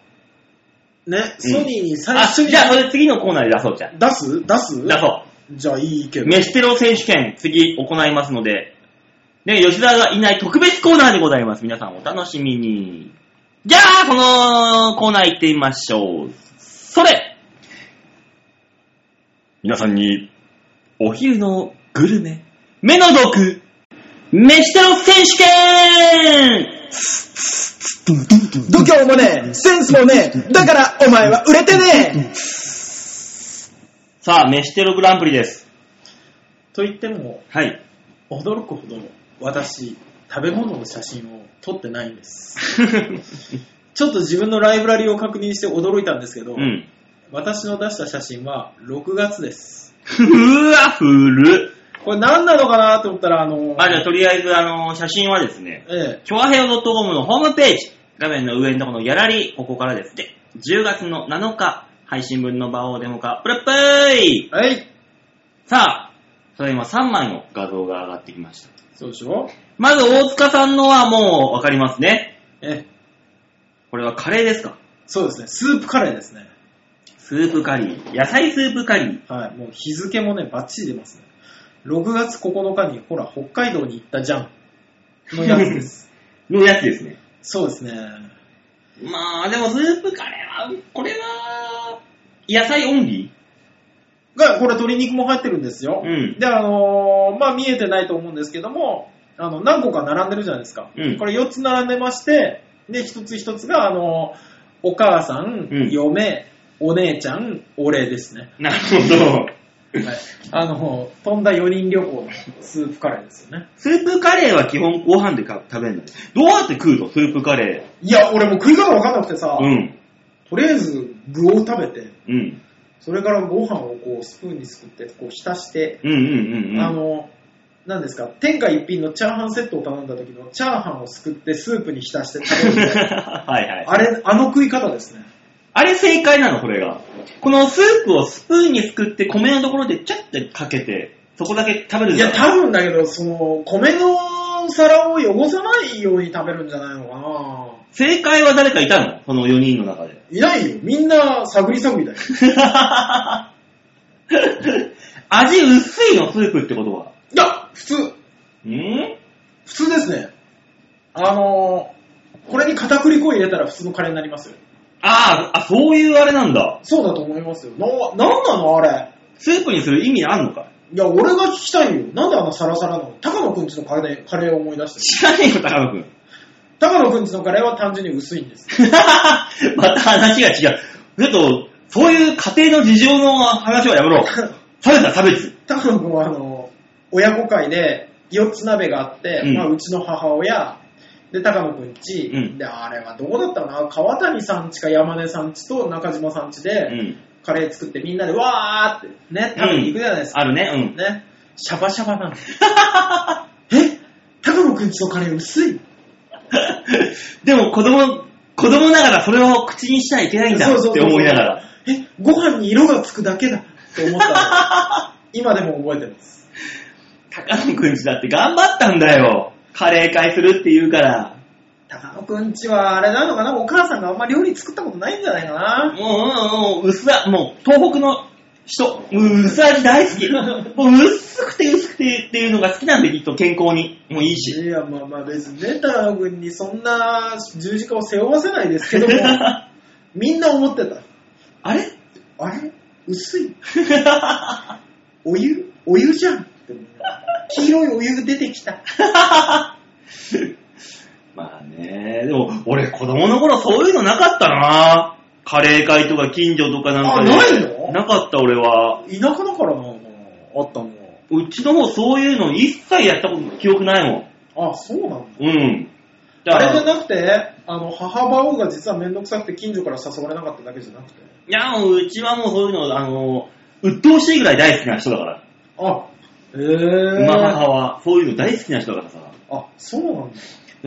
ね、ソニーに最
あ、
初に、
じゃあそれ次のコーナーで出そうじゃん。
出す出す
出そ
じゃあいいけ
う。
ど。
飯テロ選手権、次行いますので、ね、吉沢がいない特別コーナーでございます。皆さんお楽しみに。じゃあ、このコーナー行ってみましょう。それ皆さんに、お昼のグルメ、目の毒、飯テロ選手権
度胸もねえ、センスもねえ、だからお前は売れてね
さあ、飯テログランプリです。
と言っても、
はい。
驚くほど私、食べ物の写真を撮ってないんです。ちょっと自分のライブラリを確認して驚いたんですけど、
うん。
私の出した写真は6月です。
ふわ、ふる。
これ何なのかなって思ったら、あのー、
まあじゃあとりあえず、あの、写真はですね、
え
チョアヘオ .com のホームページ、画面の上のところのギャラリー、ここからですね、10月の7日、配信分の場をデモ化、プレップー
え。はい。
さあ、ただいま3枚の画像が上がってきました。
そうでしょ
まず大塚さんのはもうわかりますね。
ええ。
これはカレーですか
そうですね。スープカレーですね。
スープカリー。野菜スープカリー。
はい。もう日付もね、バッチリ出ますね。6月9日に、ほら、北海道に行ったじゃん。のやつ です。
のやつですね。
そうですね。
まあ、でもスープカレーは、これは、野菜オンリ
が、これ鶏肉も入ってるんですよ。
うん
で、あのーまあ見えてないと思うんですけども、あの、何個か並んでるじゃないですか。
うん
これ4つ並んでまして、で、一つ一つが、あのーお母さん、
うん
嫁、お姉ちゃん、お礼です ね。
ーなるほど。
はい。あのー飛んだ4人旅行のスープカレーですよね。
スープカレーは基本ご飯でか食べるの。どうやって食うのスープカレ
いや、俺もう食い方わかんなくてさ、
ー。うん。
とりあえず具を食べて、
うん。
それからご飯をこうスプーンにすくって、こう浸して、
うんうんうんうん。
あの、何ですか、天下一品のチャーハンセットを頼んだ時のチャーハンをすくってスープに浸して食べるみたいな。
はいはい。
あれ、あの食い方ですね。
あれ正解なの、これが。このスープをスプーンにすくって米のところでちゃってかけて、そこだけ食べる
い
じゃ
や、
ん。
多分だけど、その、米の皿を汚さないように食べるんじゃないのかな
正解は誰かいたのこの4人の 中で。
いないよ。みんな探り探りだよ。
味薄いの、スープってことは。
いや、普通、
ん
普通ですね。あのー、これに片栗粉を入れたら普通のカレーになりますよ。
あーあ、そういうあれなんだ。
そうだと思いますよ。な、なんなのあれ。
スープにする意味あんのか
いや、俺が聞きたいよ。なんであのサラサラなの高野くんちのカレー、カレーを思い出してる。
知らねえよ、高野くん。
高野くんちのカレーは単純に薄いんです。
また話が違う。ちょっと、そういう家庭の事情の話はやめろ。差別だ、差別。
高野くんはあの、親子会で4つ鍋があって、う
うん
まあ、うちの母親、で、高野くんち、
うん
で、あれはどこだったかな川谷さんちか山根さんちと中島さんち
う
で、
ん。
カレー作ってみんなでわーってね、食べに行くじゃないですか。
あるね、うん。
ね。シャバシャバなの。 え高野くんちのカレー薄い
でも子供、子供ながらそれを口にしちゃいけないんだ
そうそうそう
って思いながら。
え、ご飯に色がつくだけだって思ったの 今でも覚えてます。
高野くんちだって頑張ったんだよ。カレー会するって言うから。
高野くんちはあれなのかなお母さんがあんま料理作ったことないんじゃないかな
もう、もう、もう、薄あ、もう、東北の人、もう薄味大 好き。もう、薄くて薄くてっていうのが好きなんで、きっと健康にもいいし。
いや、まあまあ別にね、高野くんにそんな十字架を背負わせないですけども、 みんな思ってた。
あれ
あれ薄いお湯お湯じゃんって思った黄色いお湯出てきた。
まあね、でも、俺子供の頃そういうのなかったなカレー会とか近所とかなんかで
あないの
なかった俺は。
田舎だからなのかなあったの
うちの方そういうの一切やったこと記憶ないもん。
あ、そうなんだ。
うん。だ
あ
から
れじゃなくて、あの、母馬王が実はめんどくさくて近所から誘われなかっただけじゃなくて。
いや、もううちはもうそういうの、あの、鬱陶しいぐらい大好きな人だから。
あ、へ
馬
え。
母は、そういうの大好きな人だからさ。
あ、そうなんだ。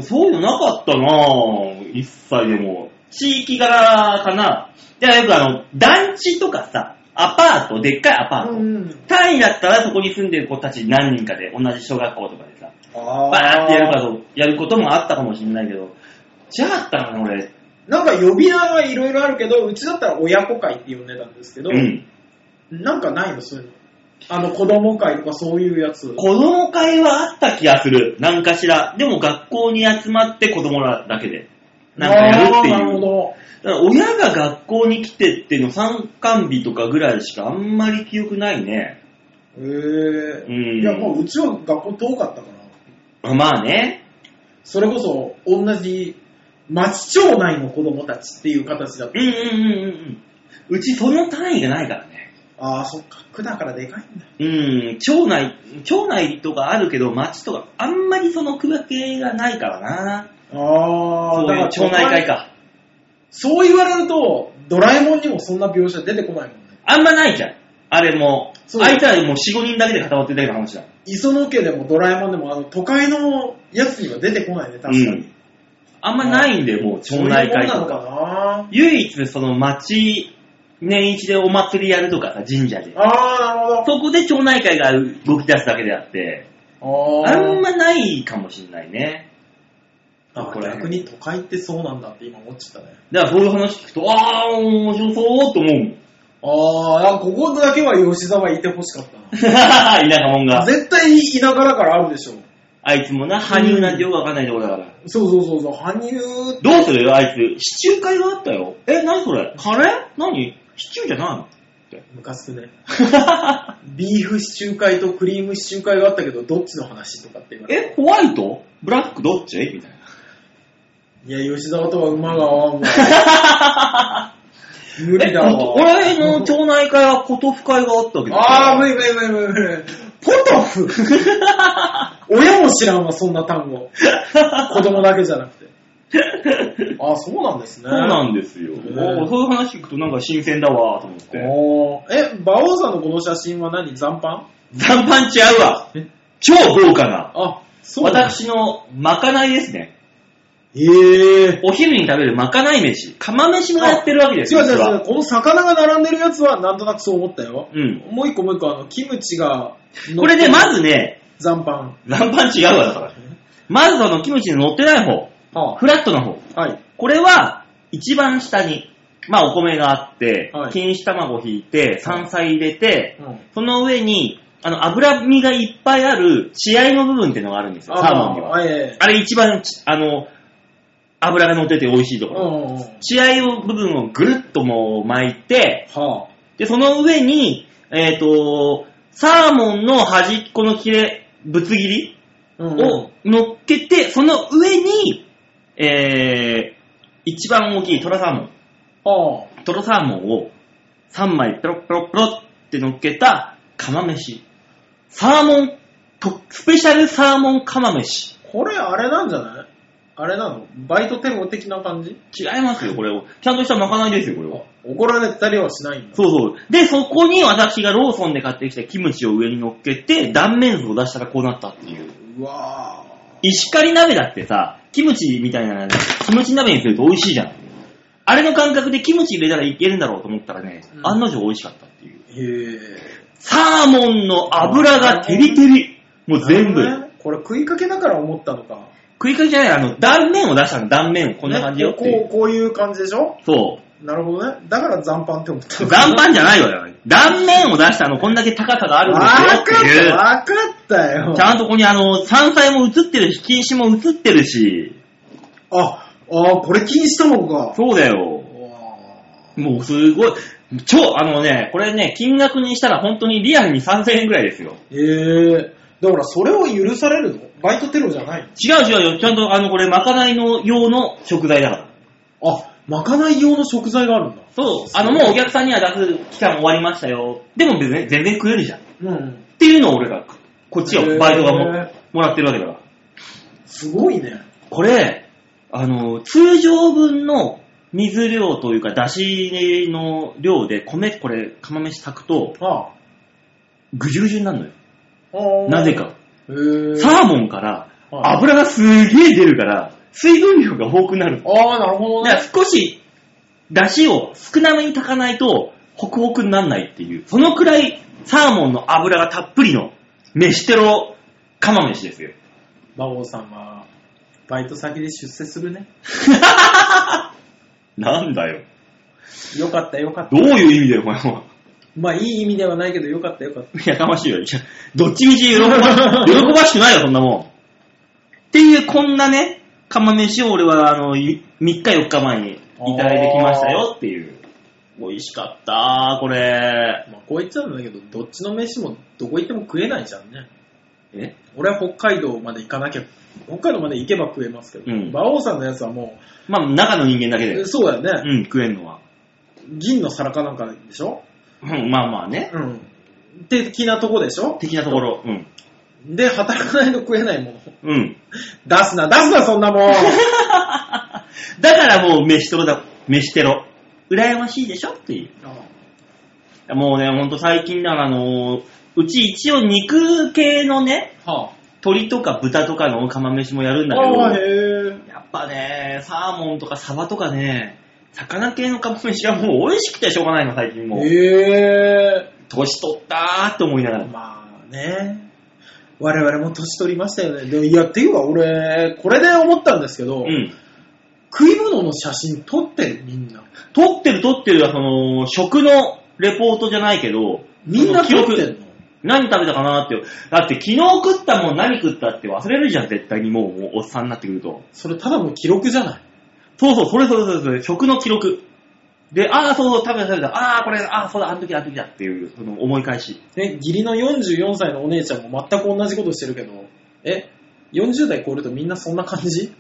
そういうのなかったなぁ、一切でも。地域柄かな。いや、よくあの、団地とかさ、アパート、でっかいアパート。
ん。
単位だったらそこに住んでる子たち何人かで、同じ小学校とかでさ、
あ
バーってやるか
ー
と、やることもあったかもしれないけど、じゃあったかな、俺。
なんか呼び名はいろいろあるけど、うちだったら親子会って呼んでたんですけど、
うん。
なんかないのそういうの。あの、子供会とかそういうやつ。
子供会はあった気がする。何かしら。でも学校に集まって子供らだけで。なんかやるって
あーなる
い
ほ
う。
ど。
だから親が学校に来てっていうの参観日とかぐらいしかあんまり記憶ないね。
へえ。
うん
いや、もううちは学校遠かったから、
あまあね。
それこそ同じ町町内の子供たちっていう形だった
うんうんうんうんうん。うちその単位がないからね。
ああ、そっか。区だからでかいんだ。
うん、町内、町内とかあるけど、町とか、あんまりその区分けがないからな。
あ
そういう町内会。か。
そう言われると、ドラえもんにもそんな描写出てこないもんね。
あんまないじゃん。あれも、
そう
あいつらもう4、5人だけで固まってたような話だ。
磯野家でもドラえもんでも、あの、都会のやつには出てこないね、確かに。
うんあんまないんで、もう町
そういうもん
内会
な
と
の
か。
か
唯一、その町、年一でお祭りやるとかさ、神社で
な。あー、なるほど。
そこで町内会が動き出すだけであって、
あ
あん
ー
まないかもしんないね。
あ
これ
逆に都会ってそうなんだって今思っちゃったね。
だからそういう話聞くと、あー、面白そうと思うも ん。
あー、ここだけは吉沢いてほしかったな。
田舎者が。
絶対田舎だからあるでしょ。
あいつもな、羽生なんてよくわかんないところだから。
そうそうそうそう、羽生、
どうするよ、あいつ。シチュー会があったよ。え、何それカレー何シチューじゃな
昔ね、
い
ビーフシチュー会とクリームシチュー会があったけど、どっちの話とかって言わ
の
れて。
え、ホワイトブラックどっちみたいな。
いや、吉沢とは馬が合わんわ。 無理だ
え
わ。
俺の町内会はポトフ会があったけど。
あー、無理無理無理無理無理。ポトフ親も知らんわ、そんな単 語。子供だけじゃなくて。あー、そうなんです ね。
そうなんですよ。
ね
おそういう話聞くとなんか新鮮だわーと思って。
おーえ、馬王さんのこの写真は何残飯
残飯ち合うわ
え。
超豪華な。
あ、そうなんだ。
私のまかないですね。
ええ
お昼に食べるまかない飯。釜飯もやってるわけです
違う違
実
う違
は
う、この魚が並んでるやつはなんとなくそう思ったよ。
うん。
もう一個もう一個、あの、キムチが、
これね、ま、ずね、
残飯。
残飯違うわだから。まずそのキムチに乗ってない方。
は
フラットの方。
あ、はい。
これは、一番下に、まあお米があって、
はい
錦糸卵引いて、山菜入れて、
うん。
その上に、あの、脂身がいっぱいある、血合いの部分っていうのがあるんですよ、サーモンには。
あええ
あれ一番、ちあの、脂が乗ってて美味しいとこ
う
ろ。
んうんうん。
血合いの部分をぐるっともう巻いて、
は
で、その上に、えっ、と、サーモンの端っこの切れ、ぶつ切り
あ。うんうん
を乗っけて、その上に、えー、一番大きいトロサーモン。
は
トロサーモンを3枚ペロッペロッペロッって乗っけた釜飯。サーモンと、スペシャルサーモン釜飯。
あ。これ、あれなんじゃないあれなのバイトテロ的な感じ
違いますよ、これを。ちゃんとしたまかないですよ、これは。
怒られたりはしないんだ。
そうそう。で、そこに私がローソンで買ってきたキムチを上に乗っけて、断面図を出したらこうなったっていう。
うわ
石狩鍋だってさ、キムチみたいなの、キムチ鍋にすると美味しいじゃん。あれの感覚でキムチ入れたらいけるんだろうと思ったらね、
うん
案の定美味しかったっていう。
ぁ。へえ。
サーモンの油がテリテリ。もう全部。
なるほどね。これ食いかけだから思ったのか。
食いかけじゃない、あの、断面を出したの、断面をこんな感じよ
ね
っていう。
こう、こういう感じでしょ
そ
なるほどね。だから残飯って思った
う。
のか
残飯じゃないわよ。断面を出したの、こんだけ高さがあるんですよっていう。
わかった、わかったよ。
ちゃんとここにあの、山菜も映ってるし、錦糸も映ってるし。
あ、あーこれ禁止卵か。
そうだよ。もうすごい。超、あのね、これね、金額にしたら本当にリアルに3000円ぐらいですよ。
ええだからそれを許されるのバイトテロじゃない
違う違うよ。ちゃんとあの、これ、まかないの用の食材だから。
のあ、まかない用の食材があるんだ。
そう。あの、もうお客さんには出す期間終わりましたよ。でも別に全然食えるじゃん。っ
うん。
ていうのを俺が、こっちを
へー
バイトがももらってるわけだから。
すごいね。
これ、あの、通常分の水量というか、だしの量で米、これ、釜飯炊くと、
あ
ぐじゅぐじゅになるのよ。
あー
なぜ。か。
へー
サーモンから、
はい
油がすげえ出るから、水分量が多くなる。
ああ、なるほど
だから
ね。
少し、出汁を少なめに炊かないと、ホクホクにならないっていう、そのくらいサーモンの油がたっぷりの、飯テロ釜飯ですよ。
馬王さんは、バイト先で出世するね。
なんだよ。
よかったよかっ
ど
た。
ういう意味だよ、お前は。
まあ、いい意味ではないけど、よかったよかった。
やかましいよ。いやどっちみち喜ば 喜ばしくないよ、そんなもん。っていう、こんなね、釜飯を俺は、あの、3日4日前にいただいてきましたよっていう。美味しかったこれ。
まあ、こう言っちゃうんだけど、どっちの飯もどこ行っても食えないじゃんね。
え
俺は北海道まで行かなきゃ、北海道まで行けば食えますけど、
うん
馬王さんのやつはも
まあ、中の人間だけ
う、
で。
そうだよね、
うん、食えんのは。
銀の皿かなんかでしょ
うん、まあまあね。
うん。的なとこでしょ
的なところ。うん。
で、働かないと食えないもの。
うん。
出すな、出すな、そんな もん
だからもう、飯テロだ。飯テロ。羨ましいでしょっていう。もうね、ほんと最近だからあのーうち一応肉系のね、
は
鶏とか豚とかの釜飯もやるん
あ。
だけ
ああ、へ
ど、
え。
やっぱね、サーモンとかサバとかね、魚系の釜飯はもう美味しくてしょうがないの、最近もう。
え
年取ったーって思いながら。
まあね。我々も年取りましたよね。でも、いや、っていうか俺、これで思ったんですけど、
うん。
食い物の写真撮ってる、みんな。
撮ってる撮ってるは、その、食のレポートじゃないけど、
みんな
そ
撮
の
っ
記
て
録
んの
何食べたかなって。だって昨日食ったもん何食ったって忘れるじゃん、絶対にもう、もうおっさんになってくると。
それただの記録じゃない。
そうそう、それそれそれそれ、食の記録。で、ああ、そうそう、食べた食べた、ああ、これ、ああ、そうだ、あの時だ、あの時だっていう、その思い返し。
ね、義理の44歳のお姉ちゃんも全く同じことしてるけど、え、40代超えるとみんなそんな感じ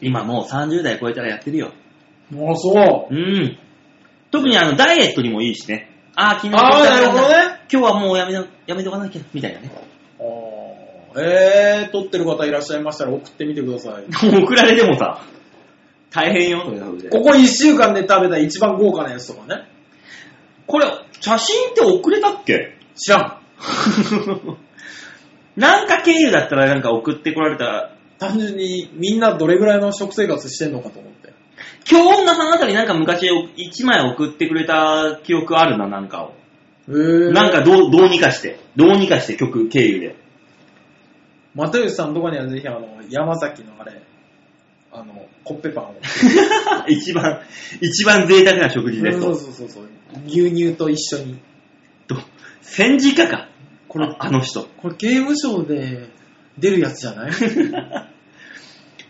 今もう30代超えたらやってるよ。
ああ、そう。
うん。特にあの、ダイエットにもいいしね。ああ、昨日
ああ、なるほどね。
今日はもうやめな、やめとかなきゃ、みたいなね。
ああ、えー、撮ってる方いらっしゃいましたら送ってみてください。
もう送られてもさ、大変よ、それなので
ここ1週間で食べた一番豪華なやつとかね。
これ、写真って送れたっけ
知らん。
なんか経由だったらなんか送ってこられたら、
単純にみんなどれぐらいの食生活してんのかと思って。
今日女さんあたりなんか昔1枚送ってくれた記憶あるな、なんかを。
えー、
なんかどうどうにかして、どうにかして曲経由 で。
又吉さんとかにはぜひあの、山崎のあれ、あの、コッペパンを。
一番、一番贅沢な食事です。
そうそうそうそう。牛乳と一緒に。
と戦時下か。
これ
ああの人。
これ刑務所で出るやつじゃない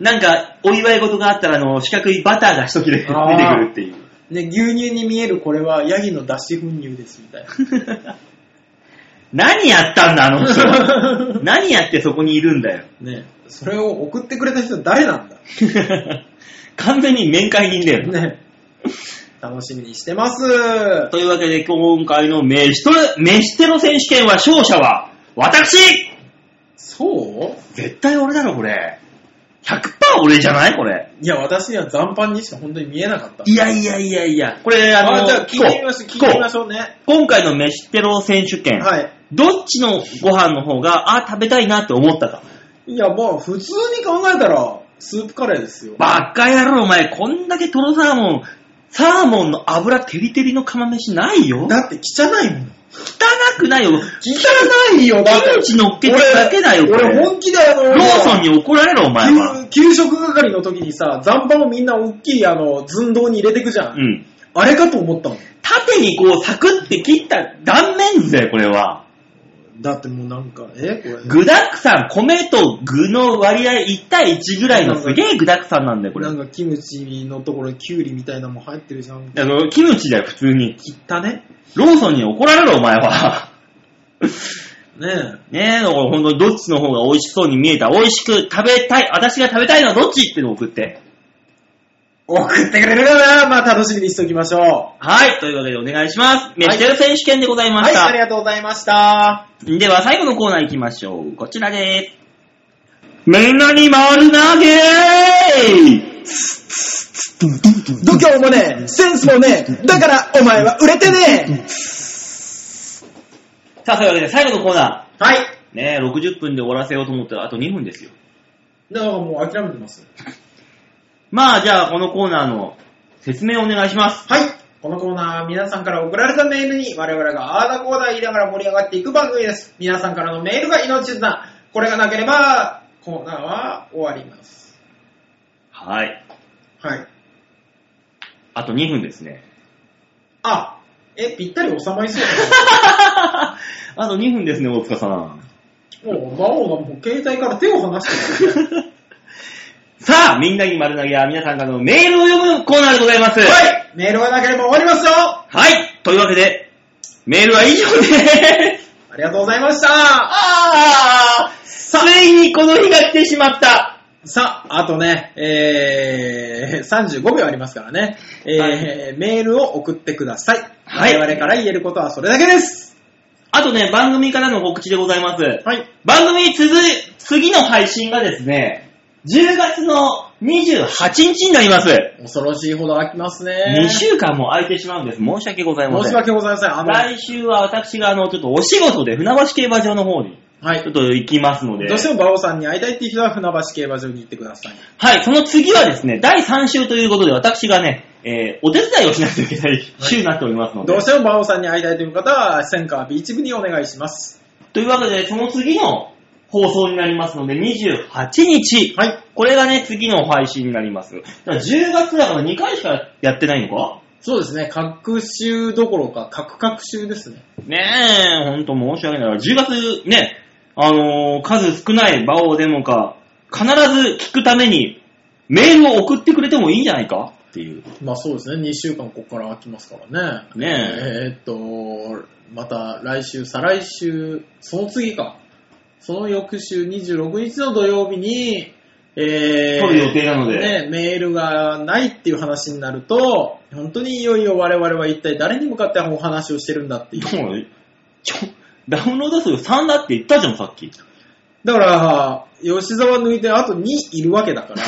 なんか、お祝い事があったら、あの、四角いバターが一切れ出て
あー
くるっていう。
ね、牛乳に見えるこれはヤギの脱脂粉乳ですみたいな。
何やったんだ、あの人 は。何やってそこにいるんだよ。
ね、それを送ってくれた人誰なんだ
完全に面会人だよ。
ね。楽しみにしてます。
というわけで、今回の飯テロ、飯テロ選手権は勝者は、私
そう
絶対俺だろ、これ。100%俺じゃないこれ。
いや、私には残飯にしか本当に見えなかった。
いやいやいやいや、これ、あの、
あ、じゃあ聞いてみましょう、聞いてみまし
ょう。
ょうね。
今回の飯テロ選手権、
はい。
どっちのご飯の方が、あ、食べたいなって思ったか。
いや、まあ、普通に考えたら、スープカレーですよ。
ばっかやろ、お前。こんだけトロサーモン、サーモンの油テリテリの釜飯ないよ。汚
だって汚いもん。
くないよ。
汚いよ、だって。
キムチ乗っけてるだけだよ、こ
俺、
れ。
俺
ロ
本気だよ、
ーソンに怒られろ、お前は。
給給食係の時にさ、残飯をみんな大きいあの寸胴に入れてくじゃん。
うん。
あれかと思ったもん。
縦にこう、サクって切った断面図だよ、これは。
だってもうなんか、えこ
具
れ。
沢山、米と具の割合1対1ぐらいのすげえ具沢山なんだよ、これ
な。んかキムチのところにキュウリみたいなのも入ってるじゃん。
あのキムチだよ、普通に。
切ったね。
ローソンに怒られろ、お前は。
ね
ねえ、だから本当にどっちの方が美味しそうに見えた。美味しく食べたい。私が食べたいのはどっちってのを送って。
え。送ってくれるかなまあ楽しみにしておきましょう。
はい。というわけでお願いします。メッテル選手権でございま
は
し
い、
た。
ありがとうございました。
では最後のコーナー行きましょう。こちらです。みんなに丸投げ
度胸もねえ、センスもねえ、だからお前は売れてね
さあ、そういうわけで最後のコーナ
はい。
ー。ねえ、60分で終わらせようと思ったらあと2分ですよ。
だからもう諦めてます。
まあ、じゃあこのコーナーの説明をお願いします。
はい。このコーナーは皆さんから送られたメールに我々があーだこーだ言いながら盛り上がっていく番組です。皆さんからのメールが命綱。これがなければコーナーは終わります。
はい。
はい。
あと2分ですね。
あ、え、ぴったり収まりそう
あと2分ですね、大塚さん。
だな。もう、魔王がもう携帯から手を離してる、
さあ、みんなに丸投げは皆さんからのメールを読むコーナーでございます。
はい。メールがなければ終わりますよあ
はいというわけで、メールは以上です。
りがとうございまし た
ああついにこの日が来てしまった
さあ、あとね、えー、35秒ありますからね、えー
は
メールを送ってください。
はい
我々から言えることはそれだけです。
あとね、番組からの告知でございます。
はい。
番組続い、次の配信がですね、10月の28日になります。
恐ろしいほど飽きますね。
2週間も空いてしまうんです。申し訳ございません。
申し訳ございません。あの、
来週は私があの、ちょっとお仕事で船橋競馬場の方に、
は
ちょ
い
っ。と行きますので。
どうしても馬王さんに会いたいっていう人は船橋競馬場に行ってください。
はい、その次はですね、第3週ということで、私がね、えー、お手伝いをしなくてはいけない週になっておりますので。
どうしても馬王さんに会いたいという方は、センカービーチ部にお願いします。
というわけで、その次の放送になりますので、28日。
はい。
これがね、次の配信になります。だから10月だから2回しかやってないのか
そうですね。各週どころか、各各週ですね。
ねえ、ほんと申し訳ない。10月ね、あのー数少ない場をデモか、必ず聞くためにメールを送ってくれてもいいんじゃないかっていう。
まあそうですね。2週間ここから空きますからね。
ね
えーっと、また来週、再来週、その次か。その翌週26日の土曜日に、えー、
撮る予定なので
ね、メールがないっていう話になると、本当にいよいよ我々は一体誰に向かってお話をしてるんだっていう。
でもちょ、ダウンロード数3だって言ったじゃん、さっき。
だから、吉沢抜いてあと2いるわけだから。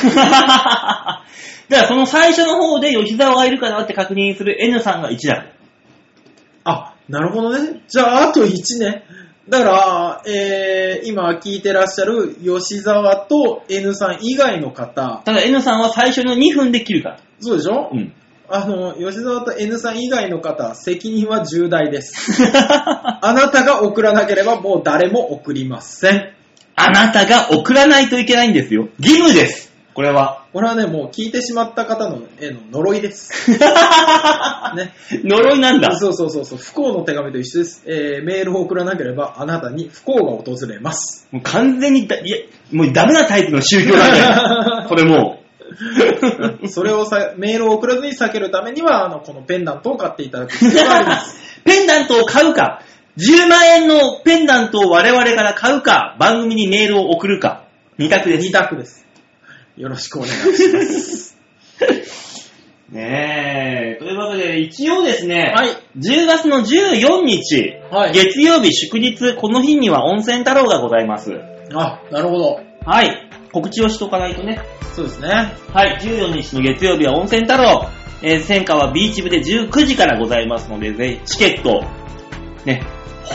じゃあ、その最初の方で吉沢がいるかなって確認する N さんが1だ。
あ、なるほどね。じゃあ、あと1ね。だから、えー、今聞いてらっしゃる吉沢と N さん以外の方、
ただ N さんは最初の2分で切るから。
そうでしょ、
うん。
あの、吉沢と N さん以外の方、責任は重大です。あなたが送らなければもう誰も送りません。
あなたが送らないといけないんですよ。義務です。これは。
これはね、もう聞いてしまった方のへの呪 いです。ね。
呪いなんだ。
そうそうそうそう、不幸の手紙と一緒です。えー、メールを送らなければあなたに不幸が訪れます。
もう完全にだ、いや、もうダメなタイプの宗教 だね。これもう。
それをさ、メールを送らずに避けるためには、あの、このペンダントを買っていただく必要があり ます。
ペンダントを買うか、10万円のペンダントを我々から買うか、番組にメールを送るか、二択です。
2択です。よろしくお願いします。
ねえ、というわけで、一応ですね、
はい
10月の14日、
はい
月曜日祝日、この日には温泉太郎がございます。
あ、なるほど。
はい、告知をしとかないとね。
そうですね。
はい、14日の月曜日は温泉太郎、えー、戦火はビーチ部で19時からございますので、ぜひチケット、ね、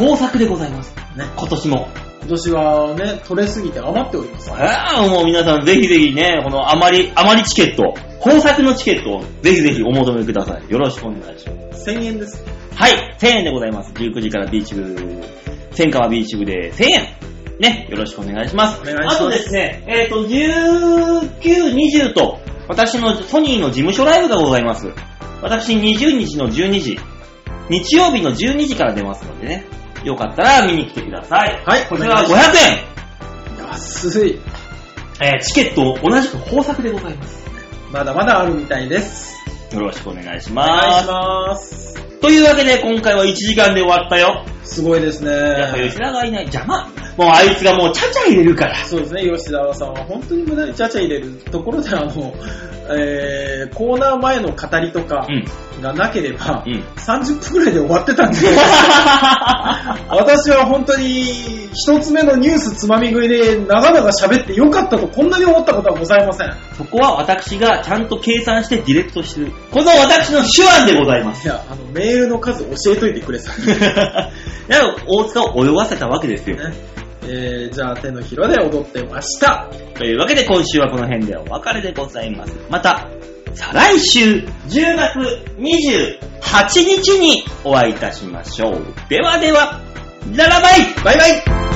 豊作でございます。
ね
今年も。
今年はね、取れすぎて余っております。
ああ、もう皆さんぜひぜひね、この余り、余りチケット、豊作のチケットをぜひぜひお求めください。よろしくお願いします。
1000円です。
はい、1000円でございます。19時からビーチ部、千川ビーチ部で1000円。ね、よろしくお願いします。
お願いします
あとですね、えっ、と、19、20と、私のソニーの事務所ライブがございます。私20日の12時、日曜日の12時から出ますのでね、よかったら見に来てください。
はい
こちらは
お願
500
安い。
円。えーチケット同じく豊作でございます。
まだまだあるみたいです。
よろしくお願いし
お願
ま
いし
す。
ます。
というわけで今回は1時間で終わったよ。
すごいですね。
やっぱ吉田がいない邪魔。もうあいつがもうちゃちゃ入れるから。
そうですね、吉沢さんは本当に無駄にちゃちゃ入れるところで、あの、 えー、コーナー前の語りとか
うん。
がなければ、
うん
30分くらいで終わってたんで、 私は本当に一つ目のニュースつまみ食いで長々喋ってよかったとこんなに思ったことはございません。い
そこは私がちゃんと計算してディレクトしてる。この私の手腕でございます。
や、あの、メールの数教えといてくれさ。
いや、大塚を泳がせたわけですよ。
ねえー、じゃあ手のひらで踊ってました。
というわけで今週はこの辺でお別れでございます。また、再来週10月28日にお会いいたしましょう。ではでは、ララバイ
バイバイ